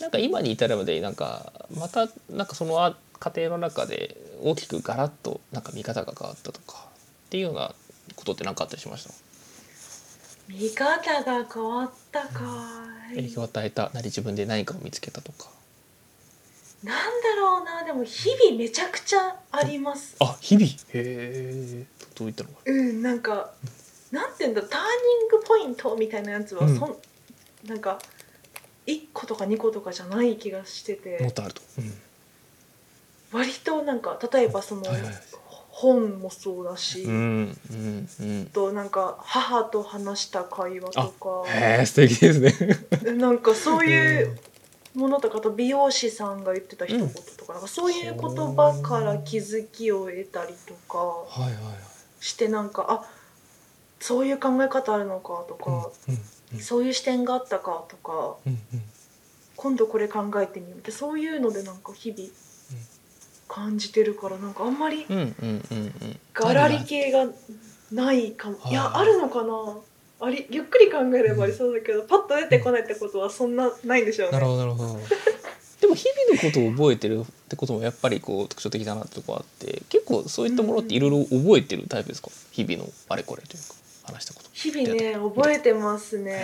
A: なんか今に至るまでなんかまたなんかそのあ家庭の中で大きくガラッとなんか見方が変わったとかっていうようなことって何かあったりしました
B: 見方が変わったかい
A: 影響を与えたなり自分で何かを見つけたとか
B: なんだろうなでも日々めちゃくちゃあります
A: あ日々へえどういったのか
B: うんなんかなんていうんだターニングポイントみたいなやつはそん、なんか1個とか2個とかじゃない気がして
A: なもってとあると、うん、
B: 割となんか例えばその
A: はいはい
B: 本もそうだし、
A: うんうんうん
B: となんか母と話した会話とか
A: へえ素敵ですね
B: なんかそういうものとかあと美容師さんが言ってた一言とか,、なんかそういう言葉から気づきを得たりとか
A: はいはいはい
B: してなんかあそういう考え方あるのかとか、
A: うんうん
B: そういう視点があったかとか
A: うんうん
B: 今度これ考えてみようってそういうのでなんか日々感じてるからなんかあんまり
A: うんうんうんうん
B: ガラリ系がないかも
A: はい
B: いやあるのかなありゆっくり考えればありそうだけどパッと出てこないってことはそんなないんでしょうね。
A: なるほどなるほどなるほどでも日々のことを覚えてるってこともやっぱりこう特徴的だなってとこあって結構そういったものっていろいろ覚えてるタイプですか日々のあれこれというか話したこと
B: 日々ね覚えてますね、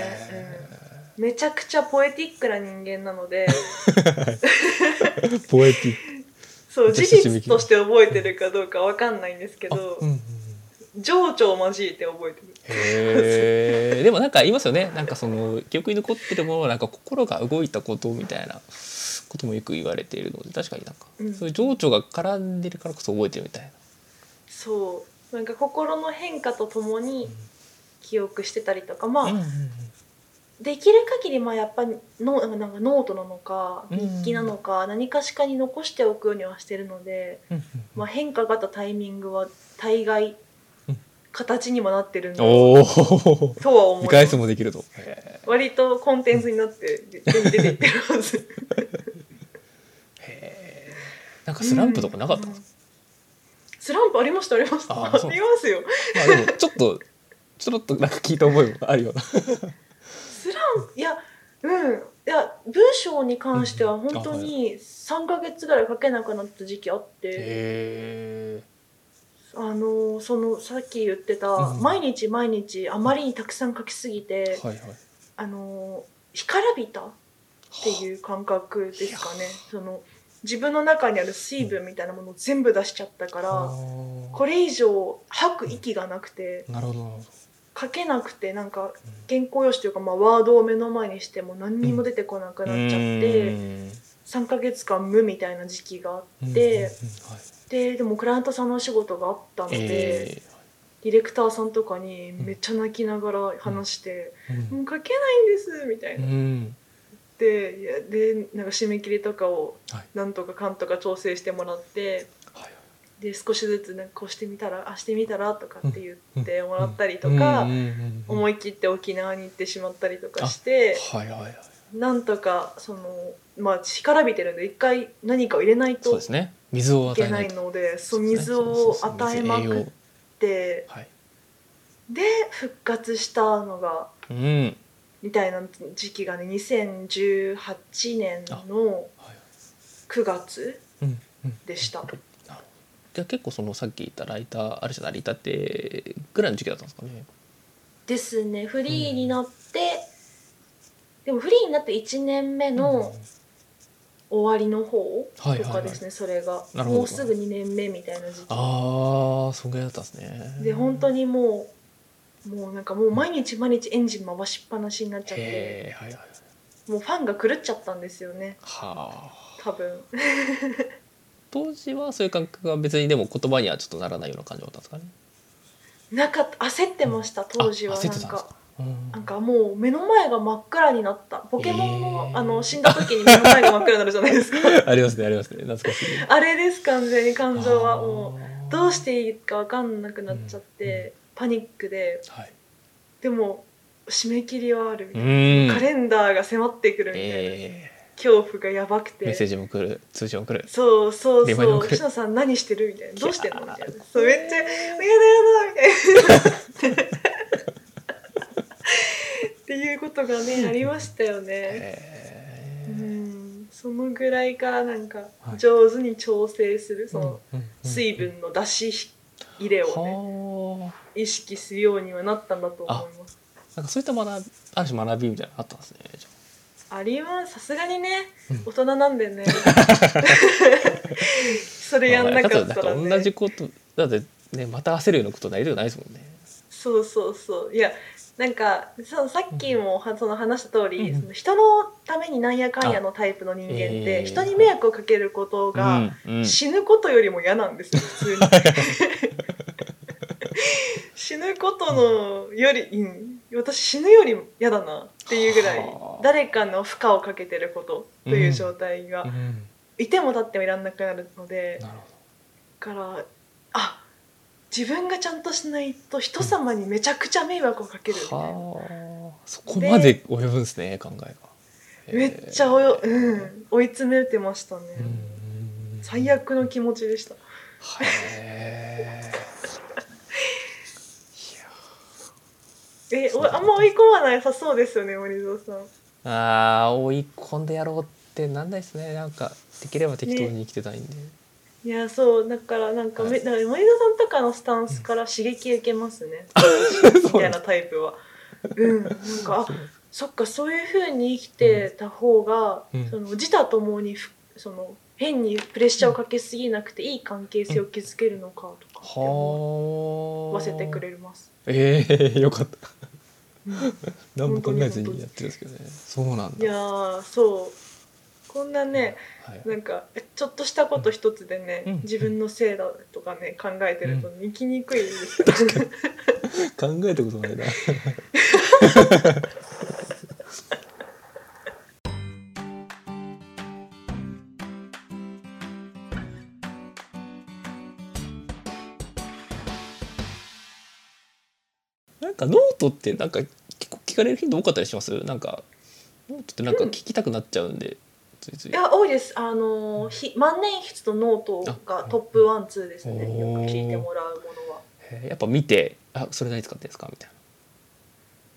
B: うんめちゃくちゃポエティックな人間な ので
A: ポエティッ
B: そう事
A: 私たちも
B: 実として覚えてるかどうかわかんないんですけど、
A: うんうんうん、
B: 情緒を交えて覚えてる
A: へえでもなんか言いますよねなんかその記憶に残ってるものはなんか心が動いたことみたいなこともよく言われているので確かになんか、
B: うん
A: そういう情緒が絡んでるからこそ覚えてるみたいな。
B: そうなんか心の変化とともに記憶してたりとかまあ、
A: うんうん
B: できる限りまあやっぱりのなんかノートなのか
A: うん
B: 日記なのか、何かしかに残しておくようにはしてるので、
A: うんうん
B: まあ、変化があったタイミングは大概
A: うん
B: 形にもなってるんだろ
A: おお
B: うとは思 い
A: 見
B: ます
A: 返すもできると。へ
B: 割とコンテンツになって出ていってるはず
A: えなんかスランプとかなかったんですか、
B: スランプありましたありました
A: あ
B: あ
A: そう
B: りますよ
A: まあでもちょっとちょろっとなんか聞いた覚えもあるような。
B: スランプいやうんいや文章に関しては本当に3ヶ月ぐらい書けなくなった時期あって、
A: へえ
B: あのそのさっき言ってた、
A: うん
B: 毎日毎日あまりにたくさん書きすぎて、
A: はいはい。
B: あの干からびたっていう感覚ですかねその自分の中にある水分みたいなものを全部出しちゃったから、
A: あ
B: これ以上吐く息がなくて
A: ーなるほどなるほど。
B: 書けなくてなんか原稿用紙というか、まあ、ワードを目の前にしても何にも出てこなくなっちゃって
A: うん
B: 3ヶ月間無みたいな時期があって
A: うんうんうんはい
B: ででもクライアントさんのお仕事があったので、
A: え
B: ディレクターさんとかにめっちゃ泣きながら話して
A: え
B: 「もう書けないんです」みたい
A: うんう
B: な。
A: ん
B: でいやでなんか締め切りとかを
A: はい
B: なんとかかんとか調整してもらって。
A: はい
B: で少しずつなんかこうしてみたらあしてみたらとかって言ってもらったりと
A: うん
B: か、
A: うんうんうん
B: 思い切って沖縄に行ってしまったりとかして
A: はいはいはい
B: なんとかそのまあ干からびてるんで一回何かを入れない
A: そう
B: と
A: で
B: い
A: すね水を与
B: け
A: えな
B: ないい
A: と
B: のでそう水
A: そうですね
B: を
A: そうそうそう
B: 与えま
A: 水
B: く
A: 栄
B: っ
A: 養
B: て
A: はい
B: で復活したのが
A: うんはい
B: みたいな時期がね2018年の9月
A: うんうん
B: でした。
A: なるほどじゃあ結構そのさっき言ったライターある種ライターってぐらいの時期だったんですかね
B: ですねフリーになって、でもフリーになって1年目の終わりの方とか
A: はい
B: で
A: は
B: す
A: いは
B: ね、
A: い
B: それが
A: なるほど
B: もうすぐ2年目みたいな時期
A: ああそんぐらいだったんですね
B: で本当
A: に
B: にもうもうなんかもう毎日毎日エンジン回しっぱなしになっちゃって
A: へえはいはいはい
B: もうファンが狂っちゃったんですよね
A: はあ
B: 多 分
A: 当時はそういう感覚が別にでも言葉にはちょっとならないような感じだったんですかね
B: なんか焦ってました当時は
A: あ
B: な
A: 焦ってた
B: ん
A: んです
B: か
A: か。うん
B: なんかもう目の前が真っ暗になったポケモンも
A: へ、ー
B: あの死んだ時に目の前が真っ暗になるじゃないですか
A: ありますねありますね懐かしい
B: あれです完全に感情はもう
A: う
B: どうしていいか分かんなくなっちゃって、パニックで
A: はい
B: でも締め切りはあるみたいな、
A: ん
B: カレンダーが迫ってくるみたいな、
A: え
B: 恐怖がやばく
A: ーメッセー
B: て
A: ジも来る通知も来る
B: そうそう
A: 電話に
B: そ
A: も
B: う
A: 来る
B: 志乃さん何してるみたいなどうしてんのみたいな
A: きゃー
B: そうめっちゃ「やだやだ」みたいなっていうことがねありましたよね。
A: へ
B: う
A: ー
B: んそのぐらいからなんか
A: はい
B: 上手に調整するその
A: うんうんうん
B: 水分の出し入れをね
A: はあ
B: 意識するようにはなったんだと思います
A: なんかそういった学びある種学びみたいなのあったんですねじゃ
B: ありますさすがにね大人なんで ねそれや
A: あ
B: んなかっ
A: だ
B: たら
A: って
B: ね
A: 同じことだってねまた焦るようなことないではないですもんね
B: そうそうそういやなんかそうさっきもはその話した通り、
A: うんうん
B: その人のためになんやかんやのタイプの人間って、
A: えー
B: 人に迷惑をかけることが、
A: うんうん、
B: 死ぬことよりも嫌なんですよ普通に死ぬことのより、うん、私死ぬよりも嫌だなっていうぐらい
A: はあ
B: 誰かの負荷をかけてることという状態が、
A: うん
B: いても立ってもいらんなくなるので
A: な
B: だ
A: るほ
B: からあ自分がちゃんとしないと人様にめちゃくちゃ迷惑をかけるみた
A: ど
B: いな、
A: はあそこまで及ぶんですね考えが
B: めっちゃおよ、うん、追い詰めてましたね、
A: うん
B: 最悪の気持ちでした
A: へ
B: えおあんま追い込まなさそうですよね森蔵さん
A: ーあー追い込んでやろうってなんないですねなんかできれば適当に生きてたいんで、
B: いやそうだからなんかめ、
A: はい
B: だから森田さんとかのスタンスから刺激受けますね みたいなタイプは。うん、なんかあそっかそういう風に生きてた方が、
A: うん
B: その自他ともにふその変にプレッシャーをかけすぎなくていい関係性を築けるのかとかって
A: は
B: 思
A: あ
B: わせてくれます。
A: ええー、よかった
B: うん
A: 何も考えずにやってるんですけどねそうなん
B: い
A: だ
B: やーそうこんなね
A: はい
B: なんかちょっとしたこと一つでね、
A: うん
B: 自分のせいだとかね考えてると生きにくいですよね。
A: 考えたことないななんかノートってなんか結構聞かれる頻度多かったりしますなんかノートってなんか聞きたくなっちゃうんで、ついつい
B: いや多いですあのひ万年筆とノートがトップワンツーですね
A: おー
B: よく聞いてもらうものは。
A: へーやっぱ見て「あそれ何使ってんですか?」みたい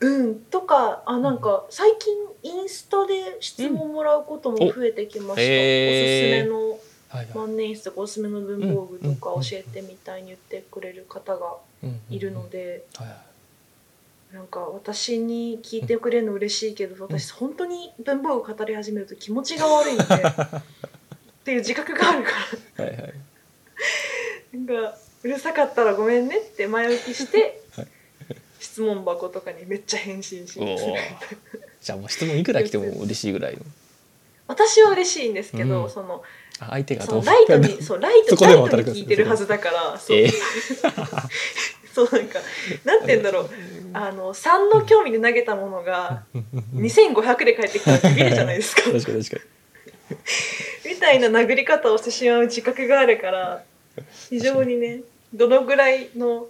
B: うん、とかあなんか最近インスタで質問もらうことも増えてきまし
A: う
B: た、
A: んおへー
B: おすす
A: な、はい
B: めの万年筆とかおすすめの文房具とか教えてみたいに言ってくれる方がいるの、で、
A: はいはい
B: なんか私に聞いてくれるの嬉しいけど私本当に文房具語り始めると気持ちが悪 いんでっていう自覚があるから。
A: はいはい、
B: なんかうるさかったらごめんねって前置きして
A: はい
B: 質問箱とかにめっちゃ返信し
A: お
B: ます
A: おじゃあもう質問いくら来ても嬉しいぐらいの
B: 私は嬉しいんですけど、
A: うん
B: その
A: あ相手が
B: そ
A: どう
B: のライト に
A: え
B: そうライト
A: そこ
B: ラ
A: で
B: イ
A: も
B: トに
A: 働くんです
B: 聞いてるはずだからそう,、
A: え
B: そうなんかなんて言うんだろうあの3の興味で投げたものが2500で返ってきたらビビるじゃないですか
A: 確かに確か
B: みたいな殴り方をしてしまう自覚があるから非常にねどのぐらいの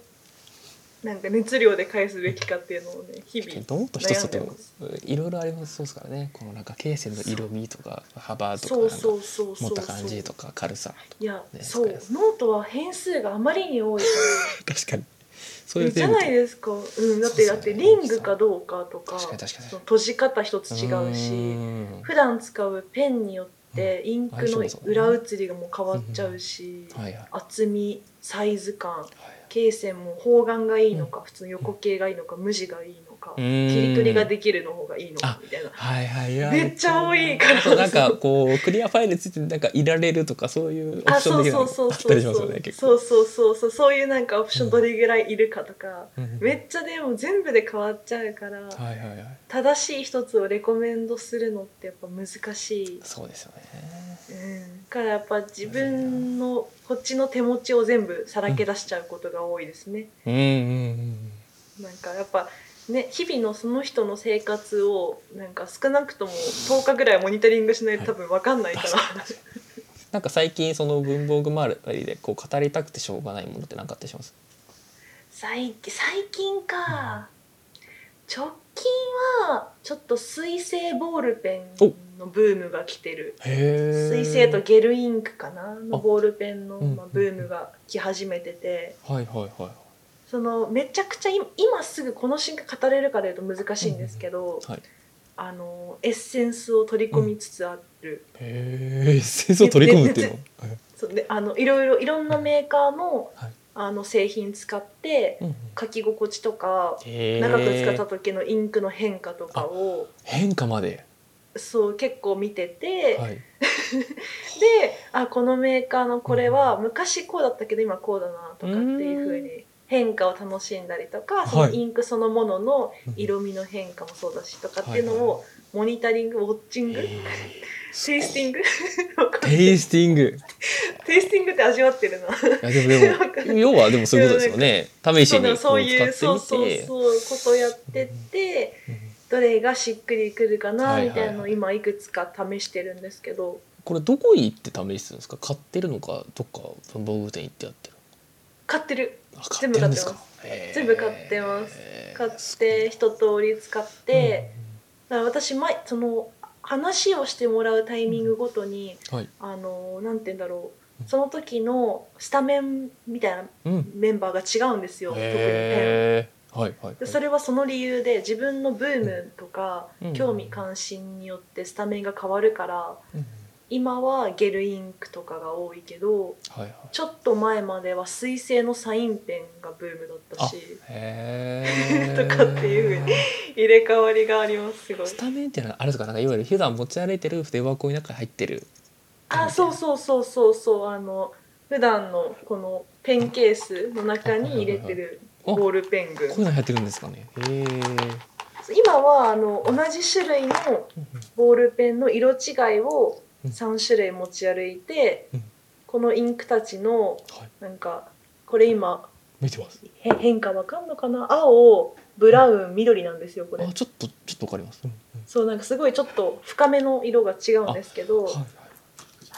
B: なんか熱量で返すべきかっていうのをね日々
A: にノート一つとって
B: 悩んで
A: もいろいろありますそうですからねこのなんか形成の色味とか幅とか
B: そ
A: な
B: う
A: んか
B: そうそうそ
A: 持
B: う
A: った感じとか軽さと
B: いや、
A: ね
B: そ
A: 使
B: うノ
A: いやす
B: ートは変数があまりに多いか
A: か 確かにそ
B: ら
A: うい
B: いういじ
A: 点
B: ゃ
A: 見
B: ない
A: て
B: ですか、うん、だっ
A: そう
B: て
A: っす
B: だ
A: ね
B: ってリングかどうかとか
A: 確かに確かに
B: その閉じ方一つ違うし
A: ーん
B: 普段使うペンによってインク
A: 相性
B: の
A: もそう
B: 裏写りがもう変わっちゃうし、
A: はいはい
B: 厚みサイズ感
A: はい
B: 罫線も方眼がいいのか、普通の横形がいいのか無地がいいのか、切り取りができるの方がいいのか
A: あ
B: みたいな
A: はいはいいや
B: めっちゃ多いから
A: そうなんかこうクリアファイルついてなんかいられるとかそういうオプ
B: あ、
A: ショ
B: そ
A: ン
B: う
A: 的な
B: そ
A: の
B: うそう
A: があったりしますよ
B: そうそ
A: ね
B: う
A: 結構
B: そうそうそうそうそういうなんかオプションどれぐらいいるかとか、
A: うん
B: めっちゃでも全部で変わっちゃうから、
A: はいはいはい
B: 正しい一つをレコメンドするのってやっぱ難しい、
A: そうですよね
B: うん、だからやっぱ自分のこっちの手持ちを全部さらけ出しちゃうことが多いですね、
A: うんうん
B: なんかやっぱね日々のその人の生活をなんか少なくとも10日ぐらいモニタリングしないと多分分かんないから、
A: なんか最近その文房具周りでこう語りたくてしょうがないものって何かあったりします
B: 最近最近か直近はちょっと水性ボールペンのブームが来てる
A: へ
B: 水性とゲルインクかなの
A: あ
B: ボールペンの
A: うん
B: まあブームが来始めてて
A: はいはいはいは
B: そのめちゃくちゃ今今すぐこの瞬間語れるかでいうと難しいんですけど
A: いはい
B: あのエッセンスを取り込みつつある
A: へえ水を取り込むっていうの
B: そうであのいろいろいろんなメーカーの
A: はい
B: あの製品使って
A: うんうん
B: 書き心地とか
A: へー
B: 長く使った時のインクの変化とかを
A: 変化まで、
B: そう結構見てて、
A: はい、
B: であこのメーカーのこれは昔こうだったけど今こうだなとかっていう風に変化を楽しんだりとかそ
A: は
B: の
A: い
B: インクそのものの色味の変化もそうだしとかっていうの
A: はいはい
B: をモニタリングウォッチング
A: へー
B: テイスティ ング
A: テイスティング
B: テイスティングって味わってるな。
A: いやでもでも要はでもそういうことですよね試し
B: そう
A: に
B: で
A: こ
B: も
A: う
B: そういう
A: 使
B: そう
A: って
B: そ
A: み
B: う
A: て
B: そうことをやってってどれがしっくりくるか
A: は
B: な
A: はい
B: い
A: は
B: み
A: い
B: たいなのを今いくつか試してるんですけど
A: これどこ行って試してるんですか買ってるのかどっか文房具店行ってやってる
B: 買ってる
A: あ買ってるんですか
B: 全部買ってます
A: へー
B: 買って一通り使ってだから私前その話をしてもらうタイミングごとに
A: うんはい
B: あのなんて言うんだろうその時のスタメンみたいな
A: うん
B: メンバーが違うんですよ特にね。
A: へーはいはい
B: でそれはその理由で自分のブームとか
A: うん
B: 興味関心によってスタメンが変わるから
A: うん
B: 今はゲルインクとかが多いけど
A: はいはい
B: ちょっと前までは水性のサインペンがブームだったし
A: へー
B: とかっていう風に入れ替わりがありますすごい
A: スタメンっていうのはあれですかなんかいわゆる普段持ち歩いてる筆箱の中に入ってる
B: あそうそうそうそうそうあの普段のこのペンケースの中に入れてる
A: あ
B: ボールペン群
A: こういうの入ってるんですかねへえ
B: 今はあの同じ種類のボールペンの色違いを
A: うん
B: 3種類持ち歩いて、
A: うん
B: このインクたちの
A: はい
B: なんかこれ今
A: 見てます
B: へ変化わかんのかな青ブラウン緑なんですよこれ
A: あちょっとちょっとわかります、うんうん
B: そうなんかすごいちょっと深めの色が違うんですけど、
A: はいはい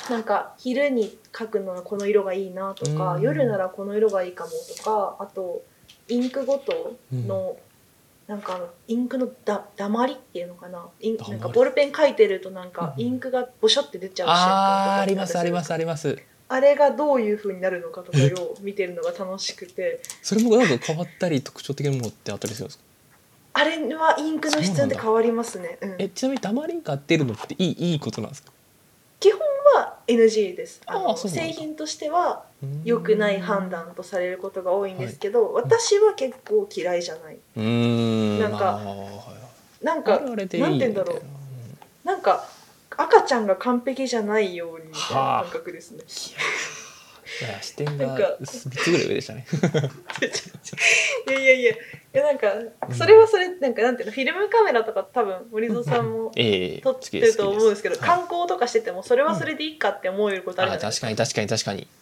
B: なんか昼に描くのはこの色がいいなとか
A: うん
B: 夜ならこの色がいいかもとかあとインクごとの、なんかあのインクのだ黙りっていうのかなイン
A: 黙
B: な
A: り
B: んかボールペン描いてるとなんか
A: うん
B: インクがボショって出ちゃう
A: あーあ
B: 瞬
A: り
B: 間
A: ま
B: と
A: す
B: か
A: ありますすあります
B: あれがどういう風になるのかとかを見てるのが楽しくて
A: それもなんか変わったり特徴的なものってあったりするんですか
B: あれはインクの質によって変わりますね、うん
A: えちなみに黙りが出るのっていいいいことなんですか
B: 基本は NG ですあの
A: あーそうなんだ
B: 製品としては
A: うん
B: 良くない判断とされることが多いんですけど、私は結構嫌いじゃないう
A: ーん
B: なんか
A: あーはいはい
B: なん
A: あ
B: か
A: れあれでいい
B: なんて言うんだろうなんか赤ちゃんが完璧じゃないようにみたい
A: はあ
B: な感覚ですね。
A: いや視点
B: な
A: が
B: んか
A: 3つぐらい上でしたね
B: いやいやいやいやなんかそれはそれなんかなんていうのフィルムカメラとか多分森蔵さんも
A: ええ
B: 撮ってると思うんですけど、
A: 好き好きはい
B: 観光とかしててもそれはそれでいいかって思えることある
A: あ
B: じゃ
A: ー
B: ないで
A: 確
B: すか
A: かに確かに確か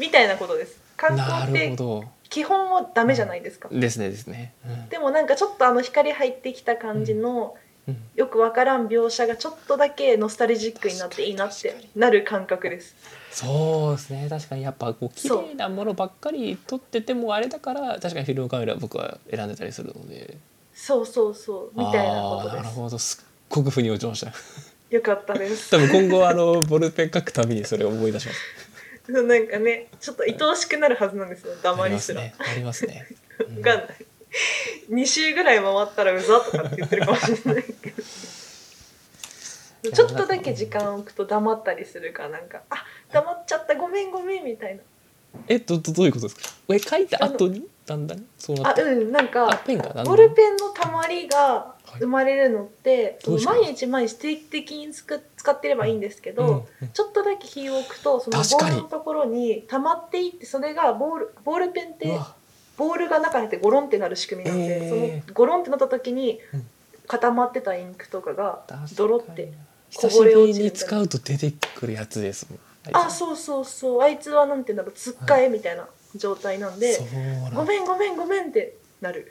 A: に
B: みたいなことです。観
A: な
B: 光っ
A: るほ
B: て
A: ど
B: 基本はダメじゃないですか。
A: ですねですね、うん
B: でもなんかちょっとあの光入ってきた感じの
A: うん
B: よくわからん描写がちょっとだけノスタルジックになっていいなってなる感覚です。
A: そうですね確かにやっぱこう綺
B: そう
A: 麗なものばっかり撮っててもあれだから確かにフィルムカメラ僕は選んでたりするので
B: そうそうそうみたいな
A: あ
B: こ
A: ー
B: とで
A: なる
B: す。
A: ほどすっごく腑に落ちました
B: よかったです。
A: 多分今後はあのボールペン書くたびにそれを思い出します
B: そうなんかねちょっと愛おしくなるはずなんですよ
A: あ
B: 黙
A: り
B: り
A: ますす
B: ら。
A: ねありますね、うん
B: わかんない2周ぐらい回ったらうざとかって言ってるかもしれないけどちょっとだけ時間を置くと黙ったりするからなんか「あ黙っちゃったごめんごめん」みたいな
A: えどどどういうことですかえ書いた後にだんだんそうな
B: あ
A: って
B: うんなん
A: あ
B: か
A: ペンがだんだ
B: ボー
A: ん
B: ルペンのたまりが生まれるのって、その
A: どうします
B: 毎日毎日定期的につく使ってればいいんですけど、
A: うんうん
B: ちょっとだけ火を置くとそのボ
A: 確か
B: ー
A: に
B: ルのところに溜まっていってそれがボールボールペンっ
A: う
B: て
A: わ
B: ボールが中に入ってゴロンってなる仕組みなんで、
A: えー
B: そのゴロンってなった時に
A: うん
B: 固まってたインクとかが
A: 確かに
B: ドロって
A: 久しぶりに使うと出てくるやつですもん
B: あそうそうそうあいつはなんて言うんだろうつっかえみたいな状態なんで、
A: そうなんだ
B: ごめんごめんごめんって なる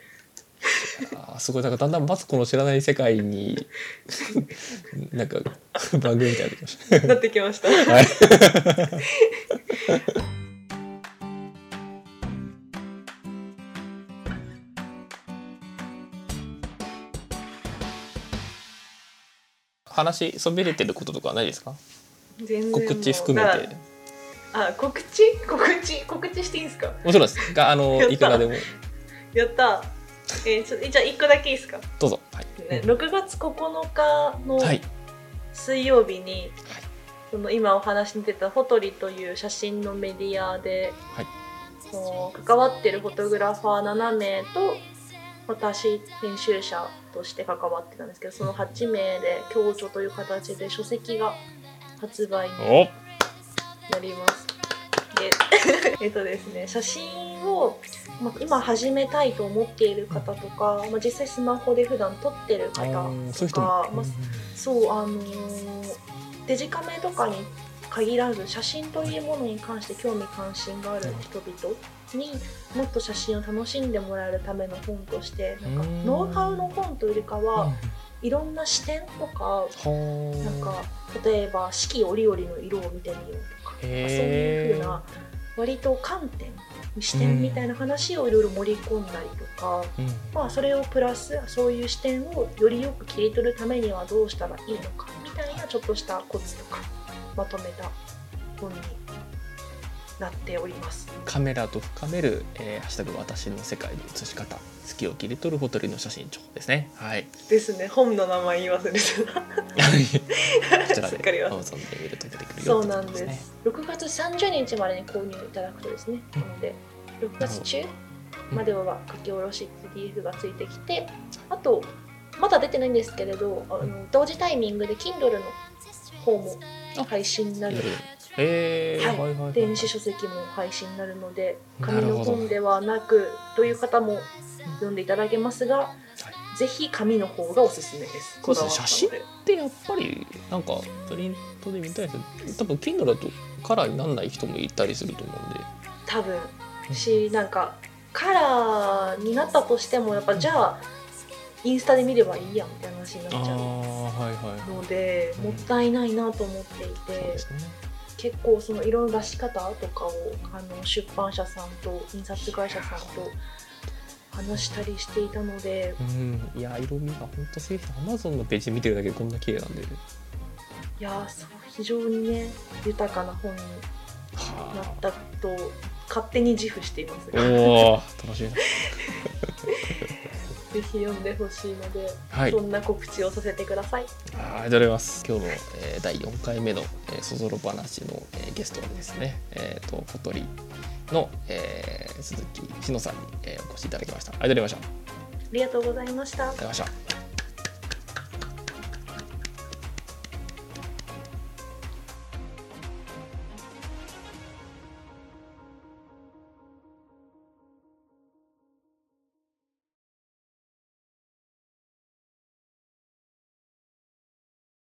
A: あーすごいなんかだんだんマツコの知らない世界 になんか番組みたいになってきました
B: なってき ました。
A: はい話そびれてることとかはないですか
B: 全然もう
A: 告知含
B: だか
A: め
B: ら
A: て
B: あ告知告知告知していいんですか
A: もちろんですがあ
B: やっ
A: の
B: た
A: いくらでも
B: やったえーちょじゃあ1個だけいいですか、ね、
A: どうぞはい、
B: 6月9日の
A: はい
B: 水曜日に、その今お話に出たフォトリという写真のメディアで、
A: はい
B: その関わってるフォトグラファー7名と私編集者として関わってたんですけどその8名で共著という形で書籍が発売に
A: お
B: なります。でえっとです ね写真を、まあ、今始めたいと思っている方とか、まあ、実際スマホで普段撮ってる
A: あ
B: 方
A: ーそういう人
B: か
A: も
B: まあそうあのーデジカメとかに限らず写真というものに関して興味関心がある人々にもっと写真を楽しんでもらえるための本としてなんか
A: うん
B: ノウハウの本というよりかはいろんな視点
A: う
B: とか
A: んはー
B: なんか例えば四季折々の色を見てみようとかそういう
A: へ
B: ふう
A: ー
B: な割と観点視点みたいな話をいろいろ盛り込んだりとか。
A: うん
B: まあ、それをプラスそういう視点をよりよく切り取るためにはどうしたらいいのかみたいなちょっとしたコツとかまとめた本になっております。
A: カメラと深める、えーハッシュタグ私の世界の写し方月を切り取るホテルの写真帳ですねはい
B: ですね本の名前言い忘 れてた
A: こちら
B: すっかり
A: で
B: 忘れ
A: Amazon で見ると出てくる
B: そ
A: よ
B: う
A: って
B: な
A: こ
B: ん
A: と
B: です、6月30日までに購入いただくとですねなので6月中までは書き下ろし PDF がついてきてあとまだ出てないんですけれどあの同時タイミングで Kindle の方も配信になる
A: なるほどえー、
B: はい
A: はいはいはい
B: 電子書籍も配信になるので紙
A: なる
B: の
A: ほど
B: 本ではなくという方も読んでいただけますが、ぜひ紙の方がおすすめです。
A: そうですね
B: こだわった
A: 写
B: の
A: 真でやっぱりなんかプリントで見たいです多分 Kindle だとカラーにならない人もいたりすると思うんで
B: 多分しなんかカラーになったとしてもやっぱじゃあインスタで見ればいいやみたいな話になっちゃう
A: はいはい
B: のでもったいないなと思ってい
A: そう
B: て
A: ですね
B: 結構その色の出し方とかをあの出版社さんと印刷会社さんと話したりしていたので
A: うんいや色味が本当正規 Amazon のページ見てるだけでこんな綺麗なんで
B: いやーそう非常にね豊かな本にな
A: は
B: ったと勝手に自負しています
A: あ
B: がぜ
A: おお楽しみだ
B: ひ読んでほしいので、
A: はい
B: そんな告知をさせてください
A: ありがとうございます。今日の、えー第4回目の、えー、そぞろ話の、えーゲストはですね、えー、と小鳥の、えー鈴木しのさんに、えーお越しいただきました。ありがとうございました。あ
B: ありがとうございました
A: りがとうございました。